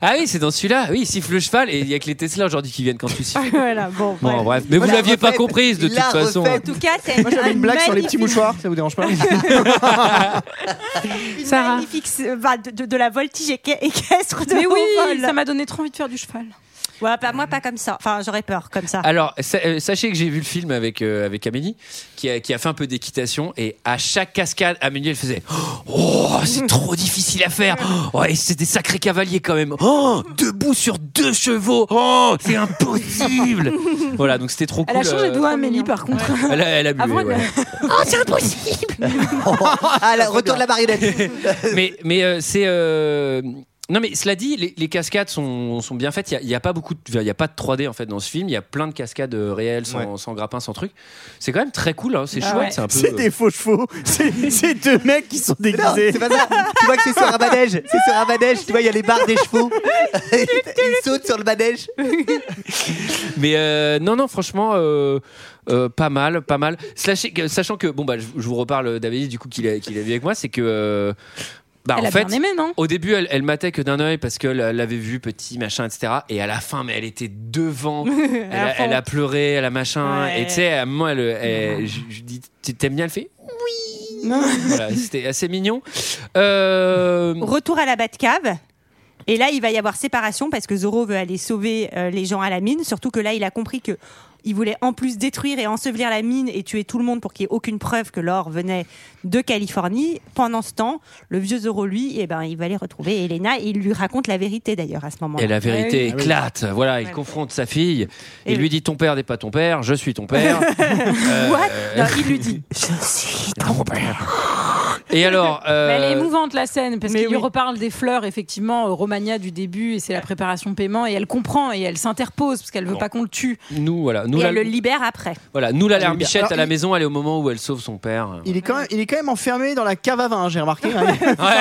Ah oui c'est dans celui-là, oui il siffle le cheval et il y a que les Tesla aujourd'hui qui viennent quand tu siffles.
voilà, bon.
Bon bref, mais vous
Voilà,
l'aviez pas
refaite.
comprise de
Il
toute
l'a
façon.
En tout cas, c'est
moi, j'avais une blague sur les petits mouchoirs, ça vous dérange pas
Une magnifique, euh, bah, de, de- de la voltige éque- équestre de
Mais
haut
oui,
vol.
ça m'a donné trop envie de faire du cheval.
Ouais, pas- moi, pas comme ça. Enfin, j'aurais peur comme ça.
Alors, sa- euh, sachez que j'ai vu le film avec, euh, avec Amélie, qui a, qui a fait un peu d'équitation, et à chaque cascade, Amélie, elle faisait Oh, c'est trop difficile à faire Ouais, c'est des sacrés cavaliers quand même Oh, debout sur deux chevaux Oh, c'est impossible Voilà, donc c'était trop
Elle
cool.
a changé
euh,
de doigt, Amélie, par contre.
Elle a, elle a bué,
Avant, elle-
ouais.
Oh, c'est impossible
Ah, là, retourne la marionnette.
mais mais euh, c'est euh, non mais cela dit, les, les cascades sont, sont bien faites. Il y a- Il n'y a, pas beaucoup, de, il y a pas de 3D en fait dans ce film. Il y a plein de cascades euh, réelles, sans, sans grappin, sans truc. C'est quand même très cool. hein. C'est
Ah
chouette.
ouais.
C'est un peu.
C'est des faux chevaux. C'est c'est deux mecs qui sont déguisés.
c'est pas ça. Tu vois que c'est sur un manège. C'est sur un manège. Tu vois, il y a les barres des chevaux. Ils sautent sur le manège.
Mais euh, non, non, franchement, euh, euh, pas mal, pas mal. Sachez que- sachant que, bon, bah, je, je vous reparle d'Amélie, du coup, qu'il a, qu'il a vu avec moi, c'est que. euh, bah,
Elle
en
a
fait,
bien aimé, non
au début, elle, elle matait que d'un œil parce qu'elle elle l'avait vu petit, machin, etc. Et à la fin, mais elle était devant. elle,
À
a,
fond.
elle a pleuré, elle a machin.
Ouais.
Et tu sais, euh, à un moment, elle, elle- eh, je, je dis Tu- T'aimes bien Elle fait Voilà, c'était assez mignon. Euh,
Retour à la Batcave. Et là, il va y avoir séparation parce que Zoro veut aller sauver euh, les gens à la mine. Surtout que là, il a compris que il voulait en plus détruire et ensevelir la mine et tuer tout le monde pour qu'il n'y ait aucune preuve que l'or venait de Californie. Pendant ce temps, le vieux Zoro, lui, eh ben, il va aller retrouver Elena. Et il lui raconte la vérité d'ailleurs à ce moment-là.
Et la vérité
Ah oui.
éclate. Voilà, il
Ouais.
confronte sa fille. Il
Et
lui dit Ton père n'est pas ton père, je suis ton père. Euh,
What Non, il
lui dit
Je suis
ton père. Et alors. euh,
Mais elle est émouvante la scène parce qu'il lui reparle des fleurs effectivement euh, Romagna du début et c'est la préparation paiement et elle comprend et elle s'interpose parce qu'elle veut
Non.
pas qu'on le tue.
Nous, voilà. Nous,
Et
la,
elle le lit.
Libère après.
voilà, nous, la larmichette
Alors,
à la
il-
maison, elle est au moment où elle sauve son père.
Il est, quand même, il est quand même enfermé dans la cave à vin, j'ai remarqué. hein.
Ouais,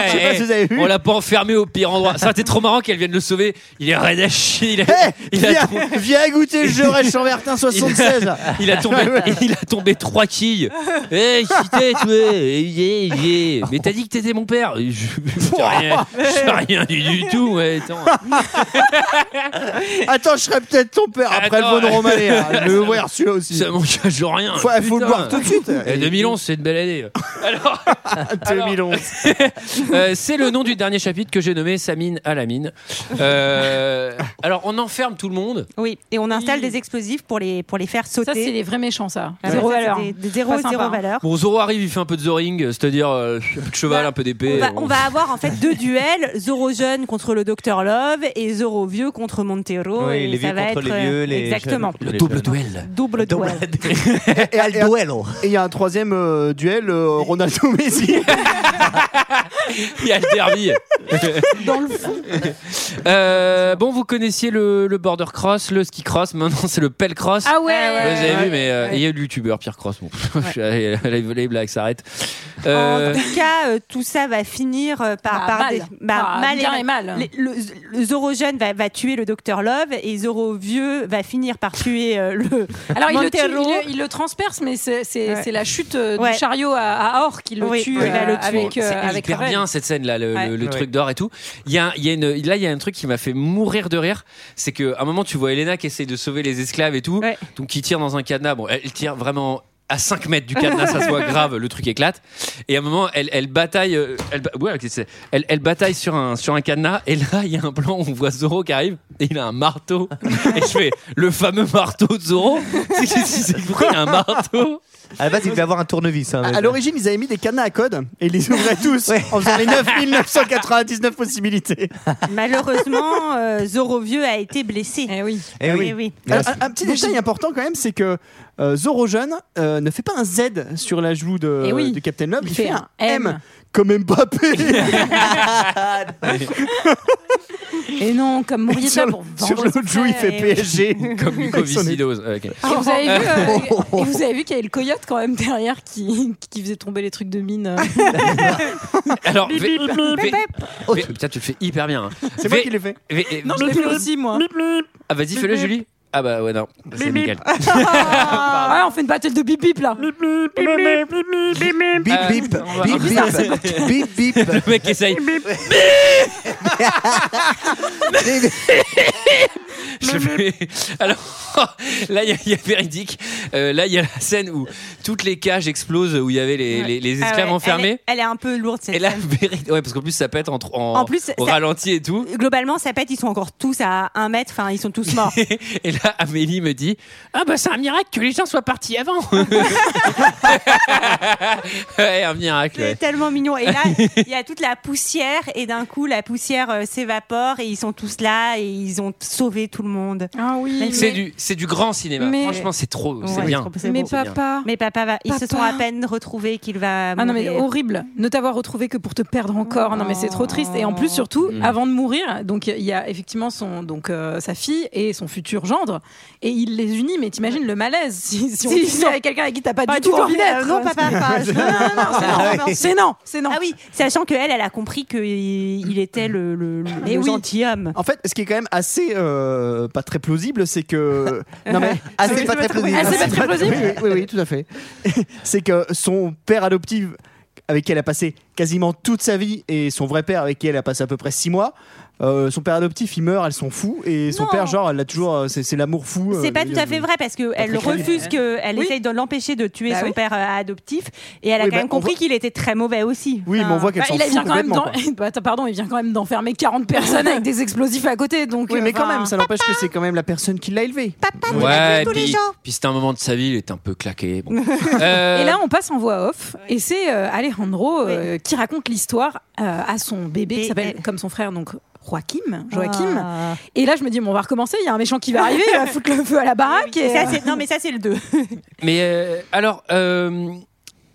Je sais pas
eh,
si vous avez vu.
On l'a pas enfermé au pire endroit. Ça, c'était trop marrant qu'elle vienne le sauver. Il est raide à chier, Il a, il a
Eh, viens,
tombé-
viens goûter le jeu Chambertin 76.
Il a tombé, il a tombé trois quilles. Eh, qui t'es, toi Eh, yeah, yeah. Mais t'as dit que t'étais mon père. Je, je fais rien, je fais rien du, du tout. ouais, attends.
Attends, je serai peut-être ton père après
Attends.
le bon romané. Je vais ouvrir celui-là aussi.
Ça m'engage de rien.
Faut- faut le
Putain.
boire tout de suite.
Eh, 2011, c'est une belle année. Alors,
2011.
Euh, c'est le nom du dernier chapitre que j'ai nommé Samine à la mine. Euh, alors, on enferme tout le monde.
Oui, et on installe des explosifs pour les, pour les faire sauter.
Ça, c'est les vrais méchants, ça.
Ah,
Zéro
ça, c'est
valeur.
des- des zéro-
Pas sympa,
zéro
hein.
valeur.
Bon, Zoro arrive, il fait un peu de Zoring, c'est-à-dire euh, un peu de cheval, un peu d'épée.
Bah,
euh, Bon.
On va, on va avoir en fait deux duels, Zoro jeune contre le docteur Love et Zoro vieux contre Montero.
Oui,
et
les
ça
vieux
va
contre
être,
les vieux,
euh,
les jeunes
exactement.
contre Le les double jeunes.
duel.
Double duel.
Et et- et il y a un troisième euh, duel euh, Ronaldo Messi.
Il y a le derby.
Dans le fond.
Euh, bon, vous connaissiez le, le border cross, le ski cross. Maintenant, c'est le pel cross.
Ah ouais.
Vous avez vu, mais euh,
Ouais.
et il y a eu le youtubeur Pierre Cross. Bon, les, les blagues s'arrêtent.
En
Oh,
Euh,
tout cas, euh, tout ça va finir euh, par,
Bah,
par
mal.
des-
Bah, bien et mal.
les- le, le Zoro jeune va, va tuer le docteur Love et Zoro vieux va finir par tuer euh, le.
Alors il le, tue,
Montero.
il, le, il le transperce, mais c'est c'est-
Ouais.
c'est la chute euh,
Ouais.
du chariot à, à Or qui le
Oui,
tue
il va
euh,
le tuer.
avec, euh,
C'est
avec
hyper
Ravel.
bien cette scène là, le,
Ouais.
le- le
Ouais.
truc d'or et tout. Il y a, il y a une, là, il y a un truc qui m'a fait mourir de rire, c'est que à un moment tu vois Elena qui essaie de sauver les esclaves et tout, donc qui tire dans un cadenas. Bon, elle tire vraiment à 5 mètres du cadenas, ça se voit grave, le truc éclate. Et à un moment, elle, elle bataille, euh, elle, ba- ouais, c'est- elle, elle bataille sur un sur un cadenas. Et là, il y a un plan où on voit Zoro qui arrive et il a un marteau. Et je fais le fameux marteau de Zoro. C'est- c'est- c'est- Pourquoi il a un marteau
À la base, il devait avoir un tournevis. hein, mais-
À l'origine, ils avaient mis des cadenas à code et ils les ouvraient tous en faisant les 9999 possibilités.
Malheureusement, euh, Zoro vieux a été blessé.
Eh oui.
Eh oui. Un, un- un petit détail important quand même, c'est que euh, Zoro jeune euh, ne fait pas un Z sur la joue de,
Eh oui.
de Captain Love, il, fait, un M,
M.
comme Mbappé.
Et non, comme mouriez
sur
pas
le-
pour
sur
venger
l'autre
ce
joue, il fait
frère, et oui.
PSG.
Comme mucoviscidose. Ok.
Et vous avez vu, euh, et vous avez vu qu'il y avait le coyote quand même derrière qui, qui faisait tomber les trucs de mine. euh.
Ah.
Alors,
Bip,
vé-
bip, bip,
vé-
bip,
vé- putain, Oh, tu le fais hyper bien. hein.
C'est moi qui l'ai fait.
Non, je l'ai fait aussi, moi.
Ah, vas-y, fais-le,
Bip, bip.
Julie. Ah, bah ouais, non. C'est
Bip,
nickel.
bip. Ah, ouais, on fait une battle de bip bip là. Bip bip bip
Bip
bip
bip, bip bip, bip bip.
Le mec essaye.
Mais-
Je l'ai fait. Alors, là, il y a- il y, a Véridique. Euh, là, il y a la scène où toutes les cages explosent, où il y avait les, les- les
Ah
esclaves
ouais,
enfermés.
Elle est, elle est un peu lourde cette
Et là,
scène.
Vérid- ouais, parce qu'en plus, ça pète en, tr- en-
En plus,
au
ça-
ralenti et tout.
Globalement, ça pète, ils sont encore tous à un mètre, enfin, ils sont tous morts.
Et là, Amélie me dit Ah, bah, c'est un miracle que les gens soient partis avant. Ouais, un miracle. ouais.
C'est tellement mignon. Et là, il y a toute la poussière, et d'un coup, la poussière euh, s'évapore, et ils sont tous là, et ils ont sauvé tout le monde.
Ah oui.
C'est du, c'est du grand cinéma.
Mais-
Franchement, c'est trop.
Ouais,
c'est
c'est
bien.
trop-
C'est
Mais
bien.
papa.
Mais papa, va- ils se
Papa.
sont à peine retrouvés qu'il va.
Ah non mais
mourir.
horrible, ne t'avoir retrouvé que pour te perdre encore. Non mais c'est trop triste. Et en plus surtout,
Mm.
avant de mourir, donc il y a effectivement son donc euh, sa fille et son futur gendre, et il les unit. Mais t'imagines le malaise si, si on
Si,
vit
non.
avec quelqu'un avec qui t'as pas
Pas
du tout envie
euh,
d'être.
Non, papa, pas-
Non, non, non, c'est non,
Ah
non,
oui.
c'est non, c'est non.
Ah oui, sachant que elle, elle a compris que il il était le, le, le-
Mais
le
oui.
gentilhomme.
En fait, ce qui est quand même assez euh, pas très plausible, c'est que non mais
Assez pas très plausible. Assez pas très plausible.
Oui, oui, oui, oui, tout à fait. c'est que son père adoptif, avec qui elle a passé quasiment toute sa vie, et son vrai père, avec qui elle a passé à peu près six mois, euh, son père adoptif, il meurt, elle s'en fout, et son
Non.
père, genre, elle l'a toujours, euh, c'est c'est l'amour fou. euh,
C'est pas
il-
tout à fait vrai parce que elle
très clair.
refuse que elle
Oui.
essaye de l'empêcher de tuer
Bah
son
oui.
père euh, adoptif et elle a
Oui,
quand
bah,
même
on
compris
voit-
qu'il était très mauvais aussi.
Oui, mais on voit qu'elle
Bah,
s'en
il
fout
vient quand même
complètement.
d'en-
quoi.
Bah, attends, pardon, il vient quand même d'enfermer 40 personnes avec des explosifs à côté. Donc,
Oui,
euh,
mais quand
enfin,
même, ça n'empêche que c'est quand même la personne qui l'a élevé.
Ouais,
tous les
puis,
gens.
puis c'était un moment de sa vie, il était un peu claqué. Bon. Euh,
Et là, on passe en voix off, et c'est euh, Alejandro euh, qui raconte l'histoire euh, à son bébé qui s'appelle comme son frère, donc Joachim. Joachim.
Ah.
Et là, je me dis, bon, on va recommencer. Il y a un méchant qui va arriver, il va foutre le feu à la baraque.
Et
et,
ça,
euh,
c'est- non, mais ça, c'est le 2.
Mais euh, alors, euh,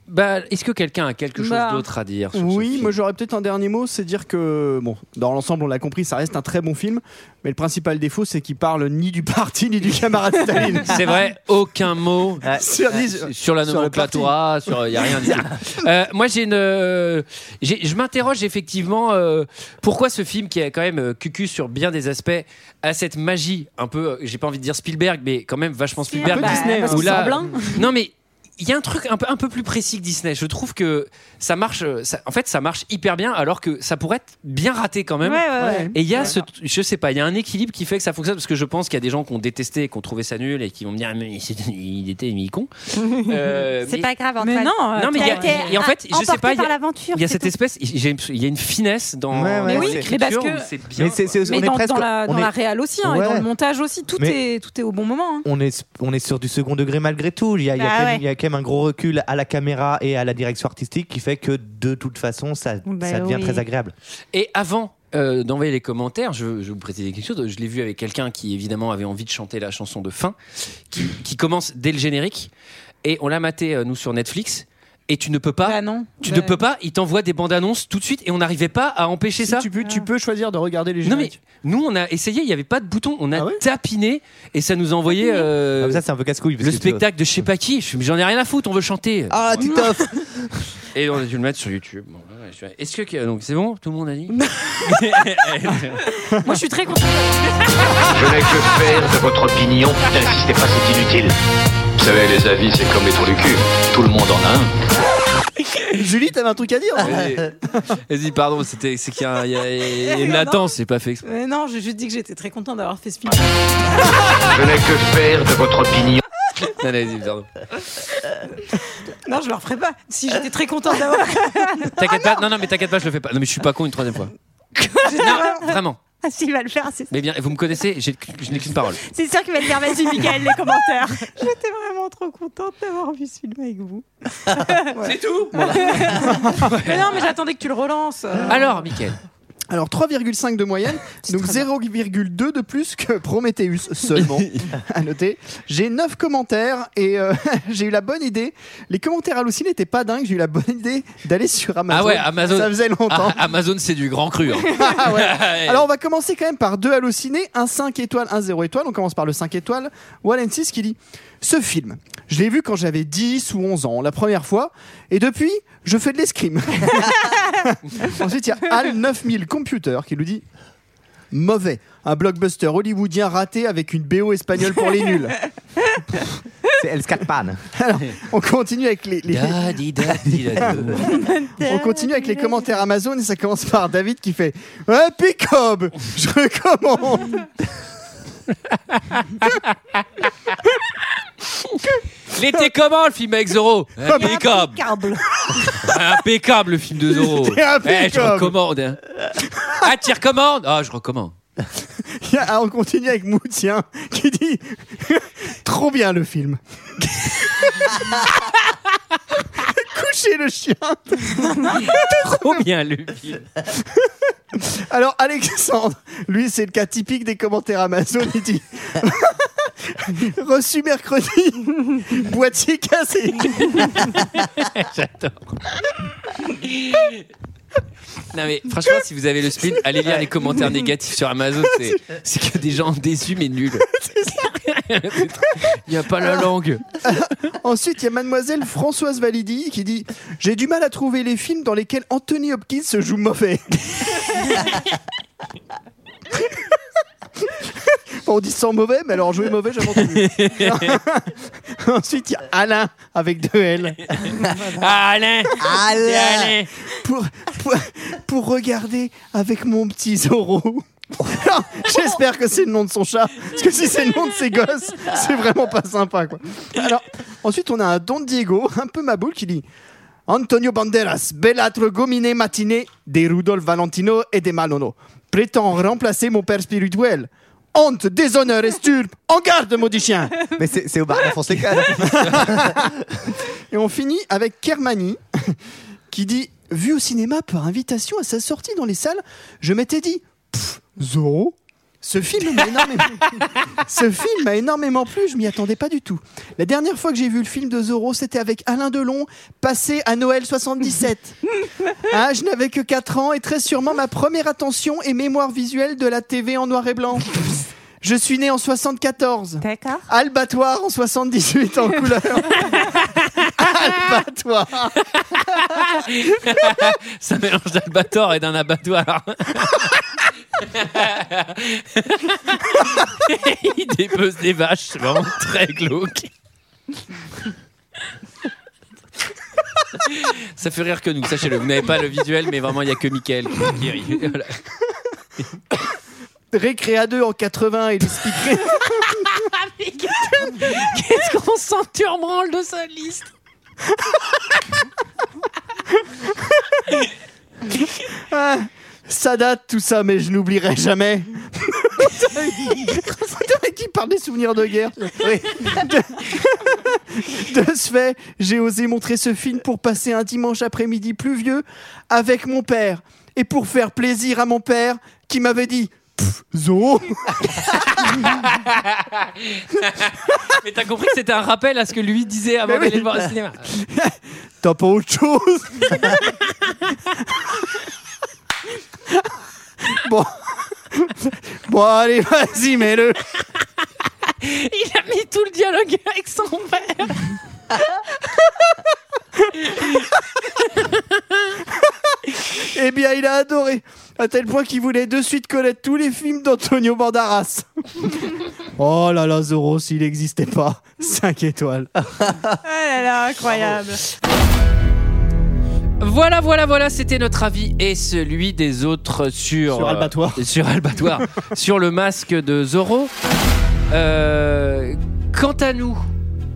bah, est-ce que quelqu'un a quelque chose
Bah.
d'autre à dire sur ce
Oui,
film
moi j'aurais peut-être un dernier mot, c'est dire que, bon, dans l'ensemble, on l'a compris, ça reste un très bon film, mais le principal défaut, c'est qu'il parle ni du parti, ni du camarade Staline.
C'est vrai, aucun mot
Ah,
Ah.
Sur dix-
Ah, sur la
euh, sur le
nomenclatura, sur il y a rien du tout. Euh, moi j'ai une euh, j'ai- je m'interroge effectivement euh, pourquoi ce film qui a quand même euh, cucu sur bien des aspects a cette magie un peu euh, j'ai pas envie de dire Spielberg mais quand même vachement Spielberg
Un peu Disney,
où
hein.
là-
Semblant.
Non mais il y a un truc un peu, un peu plus précis que Disney. Je trouve que ça marche. euh, ça- en fait, ça marche hyper bien, alors que ça pourrait être bien raté quand même.
Ouais, ouais, ouais.
Et il y a ce, je sais pas, il y a un équilibre qui fait que ça fonctionne parce que je pense qu'il y a des gens qui ont détesté, et qui ont trouvé ça nul et qui vont me dire Ah, mais c'est- il était mis con. Euh,
c'est
mais-
pas grave,
Mais
Antoine.
non, euh,
Non mais il y
T'as été
a, et en fait, je sais
emporté
pas. il y a-
par l'aventure,
Il y a
c'est
cette
tout.
espèce, j'ai- il y a une finesse dans.
Ouais, ouais,
dans
mais
oui,
l'écriture
mais parce que-
où c'est bien,
Mais c'est- c'est-
mais
on est
dans,
presque-
dans la, dans
on est-
la réal aussi, hein, et dans
Ouais.
le montage aussi, tout,
Mais-
est, tout est au bon moment. hein.
on est, on est sur du second degré malgré tout. Il y, a, il y a
Bah
quand même-
ouais.
il y a quand même un gros recul à la caméra et à la direction artistique qui fait que de toute façon, ça,
Bah
ça devient
oui.
très agréable.
Et avant euh, d'envoyer les commentaires, je, je vous précisais quelque chose. Je l'ai vu avec quelqu'un qui, évidemment, avait envie de chanter la chanson de fin, qui, qui commence dès le générique. Et on l'a maté, euh, nous, sur Netflix. Et tu ne peux pas.
Bah,
Tu ne
Ouais.
peux pas. Il t'envoie des bandes annonces tout de suite et on n'arrivait pas à empêcher ça.
Tu peux,
Ah.
tu peux choisir de regarder les
Non, mais
génériques.
nous, on a essayé. Il n'y avait pas de bouton. On a tapiné et ça nous a envoyé. euh,
Ah, ça, c'est un peu casse-couille. parce
le
que tu-
spectacle de je sais pas qui, je suis- mais j'en ai rien à foutre, on veut chanter.
Ah, Titoff
Et on a dû le mettre sur YouTube. Bon, ouais, je- Est-ce que. Donc c'est bon Tout le monde a dit
Moi, je suis très contente.
Je n'ai que faire de votre opinion. N'insistez pas, c'est inutile.
Vous savez, les avis, c'est comme les trous du cul. Tout le monde en a un.
Julie, t'avais un truc à dire
Ah,
Vas-y. Vas-y, pardon, c'était, c'est qu'il y a, il y a- il y a une
Non.
latence, c'est pas fait exprès.
Euh, non, j'ai juste dit que j'étais très contente d'avoir fait ce film.
Je n'ai que faire de votre opinion.
Non, allez, vas-y, pardon.
Non, je le referai pas. Si j'étais très contente d'avoir.
T'inquiète pas, non, non, mais t'inquiète pas, je le fais pas. Non, mais je suis pas con une troisième fois. non, vraiment.
Ah, S'il va le faire, c'est
Mais bien, vous me connaissez, j'ai- je n'ai qu'une parole.
c'est sûr qu'il va le dire. Vas-y, Michael, les commentaires.
j'étais vraiment trop contente d'avoir vu ce film avec vous.
C'est tout
Mais non, mais j'attendais que tu le relances. euh.
Alors, Mickaël.
Alors 3,5 de moyenne, donc 0,2 de plus que Prometheus seulement. à noter, j'ai 9 commentaires et euh, j'ai eu la bonne idée. Les commentaires hallucinés n'étaient pas dingues, j'ai eu la bonne idée d'aller sur Amazon.
Ah ouais, Amazon.
Ça faisait longtemps.
Ah, Amazon, c'est du grand cru. hein.
Ah ouais.
Ouais.
Alors on va commencer quand même par deux hallucinés, un 5 étoiles, un 0 étoile. On commence par le 5 étoiles. Wallen 6 qui dit Ce film, je l'ai vu quand j'avais 10 ou 11 ans, la première fois, et depuis, je fais de l'escrime. Ensuite, il y a Al9000 Computer qui nous dit Mauvais, un blockbuster hollywoodien raté avec une BO espagnole pour les nuls.
C'est El Scatman.
Alors, on continue avec les. les-
Daddy, daddy, daddy.
on continue avec les commentaires Amazon et ça commence par David qui fait Ouais, Picob, je recommande.
Il était comment le film avec Zorro Impeccable. Impeccable le film de Zorro.
C'était impeccable.
Eh, je recommande. hein. Ah, tu recommandes Ah, je recommande.
Il y a- ah, on continue avec Moutien qui dit Trop bien le film. Couchez le chien.
Trop bien le film.
Alors, Alexandre, lui, c'est le cas typique des commentaires Amazon. Il dit Reçu mercredi, boîtier cassé.
J'adore. Non mais franchement, si vous avez le spleen, allez lire les commentaires négatifs sur Amazon. C'est, c'est que des gens déçus mais nuls. Il n'y a pas la langue.
Ensuite, il y a mademoiselle Françoise Validi qui dit J'ai du mal à trouver les films dans lesquels Anthony Hopkins se joue mauvais. Bon, on dit sans mauvais, mais alors jouer mauvais, j'avais entendu. Ensuite, il y a Alain avec deux L.
Alain
Alain pour, pour, pour regarder avec mon petit Zorro. Alors, J'espère que c'est le nom de son chat, parce que si c'est le nom de ses gosses, c'est vraiment pas sympa. Quoi. Alors, ensuite, on a un Don Diego, un peu maboule, qui dit Antonio Banderas, belâtre gominé matiné des Rudolf Valentino et des Malono, prétend remplacer mon père spirituel. Honte, déshonneur et stulpe, en garde, maudit chien
Mais c'est c'est au bar de Fonseca. là.
et on finit avec Kermani qui dit Vu au cinéma par invitation à sa sortie dans les salles, je m'étais dit Pff, Zorro ce film, m'a énormément... ce film m'a énormément plu, je m'y attendais pas du tout. La dernière fois que j'ai vu le film de Zorro, c'était avec Alain Delon, passé à Noël 77. Ah, je n'avais que 4 ans et très sûrement ma première attention et mémoire visuelle de la TV en noir et blanc. Je suis né en 74.
D'accord.
Albatoire en 78 en couleur. Albatoire.
Ça mélange d'albator et d'un abattoir. Il dépose des vaches, c'est vraiment très glauque. Ça fait rire que nous, sachez-le. Vous n'avez pas le visuel, mais vraiment, il n'y a que Mickaël qui, qui rit. Voilà.
Récréa 2 en 80 et les speakers.
Qu'est-ce qu'on s'en branle de sa liste
Ah, ça date tout ça, mais je n'oublierai jamais. Putain, qui parle des souvenirs de guerre De... de ce fait, j'ai osé montrer ce film pour passer un dimanche après-midi pluvieux avec mon père et pour faire plaisir à mon père qui m'avait dit Pff, Zorro
Mais t'as compris que c'était un rappel à ce que lui disait avant
Mais oui.
d'aller le voir au cinéma.
T'as pas autre chose Bon. Bon, allez, vas-y, mets-le.
Il a mis tout le dialogue avec son père.
Eh bien, il a adoré. À tel point qu'il voulait de suite connaître tous les films d'Antonio Bandaras. oh là là, Zorro, s'il n'existait pas. 5 étoiles. Ah
Oh là là, incroyable.
Oh, Voilà, voilà, voilà, c'était notre avis et celui des autres sur.
Sur
euh,
Albatoire.
sur Albatoire. sur le masque de Zorro. Euh, quant à nous,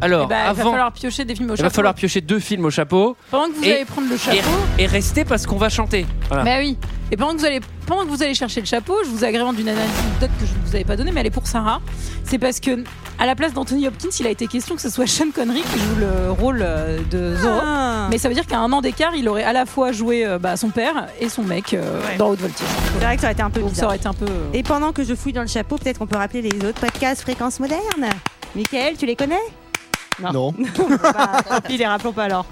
alors,
Eh ben, Il va
avant.
falloir piocher des films au
Il va
chapeau.
falloir piocher deux films au chapeau.
Pendant que vous
Et-
allez prendre le chapeau.
Et, et rester parce qu'on va chanter. Voilà.
Bah oui. Et pendant que vous allez, pendant que vous allez chercher le chapeau, je vous agrémente d'une anecdote que je ne vous avais pas donnée, mais elle est pour Sarah. C'est parce que à la place d'Anthony Hopkins, il a été question que ce soit Sean Connery qui joue le rôle euh, de Zorro.
Ah.
Mais ça veut dire qu'à un an d'écart, il aurait à la fois joué euh, bah, son père et son mec euh, dans Haute Voltige.
C'est vrai que ça aurait été un peu
Donc,
bizarre.
ça aurait été un peu. euh,
Et pendant que je fouille dans le chapeau, peut-être qu'on peut rappeler les autres podcasts Fréquence Moderne. Michael, tu les connais
Non.
bah, Tant pis, les rappelons pas alors.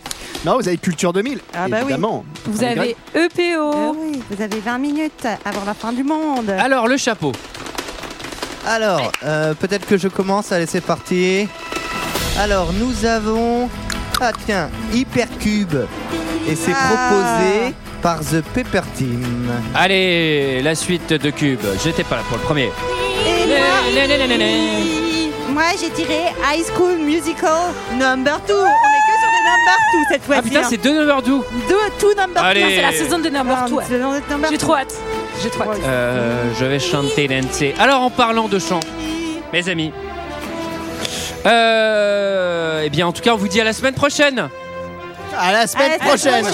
Non, vous avez Culture 2000.
Ah bah oui.
évidemment.
Vous
Avec
avez-
Greg.
EPO
Ah oui, vous avez 20 minutes avant la fin du monde.
euh,
Alors, le chapeau.
Alors, euh, peut-être que je commence à laisser partir. Alors, nous avons. Ah, tiens, Hypercube. Et c'est proposé par The Pepper Team.
Allez, la suite de Cube. J'étais pas là pour le premier.
Et moi, moi, j'ai tiré High School Musical Number 2. On est que sur des Number 2 cette fois-ci.
Ah putain,
hein.
c'est deux number two.
deux tout Number 2.
Allez.
C'est la saison de Number
Ah,
2.
c'est la saison de Number
J'ai
Two.
trop hâte. J'ai trop hâte.
Euh, je vais chanter l'NC. Alors en parlant de chant, mes amis. Euh, eh bien, en tout cas, on vous dit à la semaine prochaine.
À la
semaine prochaine.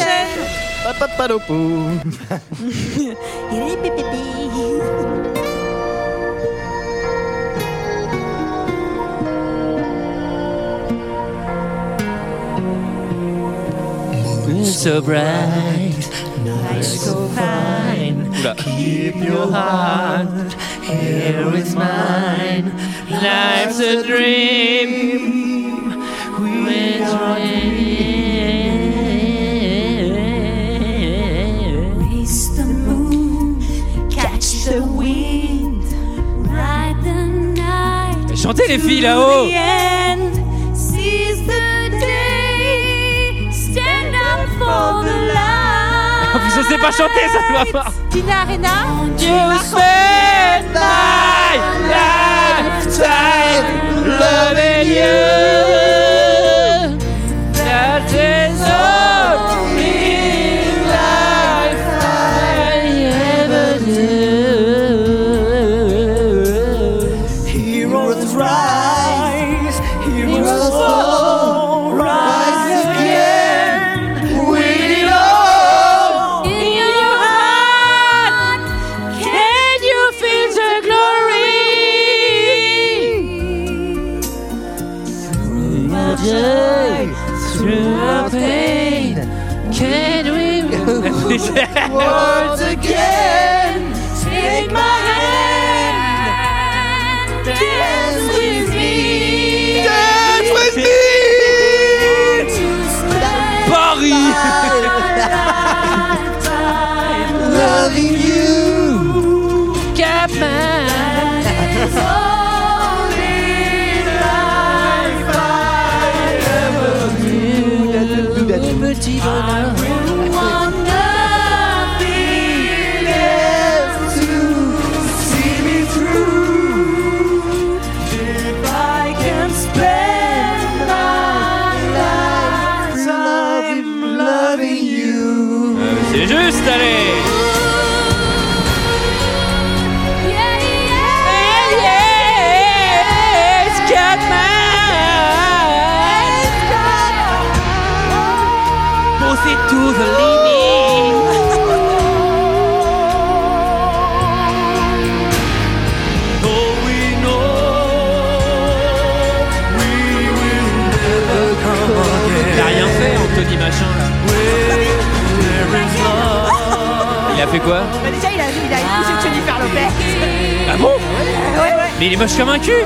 Moon so bright, night so fine. Keep your heart here with mine. Life's a dream. We're dreaming.
Race the moon, catch the wind, ride the night.
Chantez, les filles,
to
là-haut.
the end. Seize the day, stand up for the light.
Ah, Vous osez pas chanter, ça se voit pas.
Tina Arena,
tu spend my lifetime loving you. That is all for me. Life I ever do. Heroes rise, heroes fall, rise again. Win it all in your heart. Can you feel the glory? Through our joy, through our pain, can we once again take my hand? Dance with me. Dance with me. Paris. Loving you. Capman. Petit bonheur. C'est juste, allez Yes, Catman Pousser tout the Il a rien fait, Anthony Machin, là. Il a fait quoi
Bah, déjà, il a, il a épousé Jennifer Lopez.
Ah bon
Ouais, ouais, ouais.
Mais il est moche comme un cul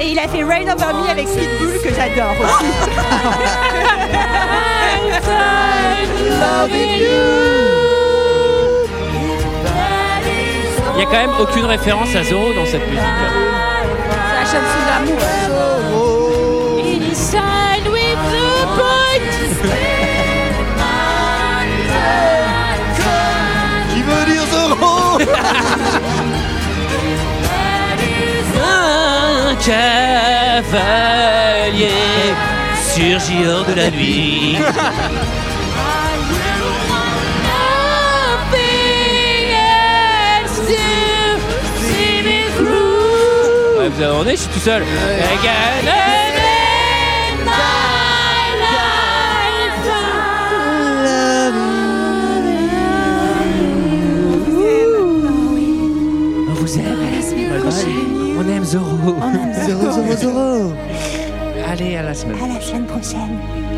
Et il a fait Rain Over Me avec Pitbull que j'adore aussi.
Il n'y a quand même aucune référence à Zoro dans cette musique.
la chanson d'amour.
Oh,
Qui veut dire Zorro
Un cavalier surgit hors de la nuit. Ouais, vous avez demandé, je suis tout seul. Vous On aime Zoro. On aime Zoro, Zoro, Zoro. Allez, à la semaine.
À la semaine prochaine.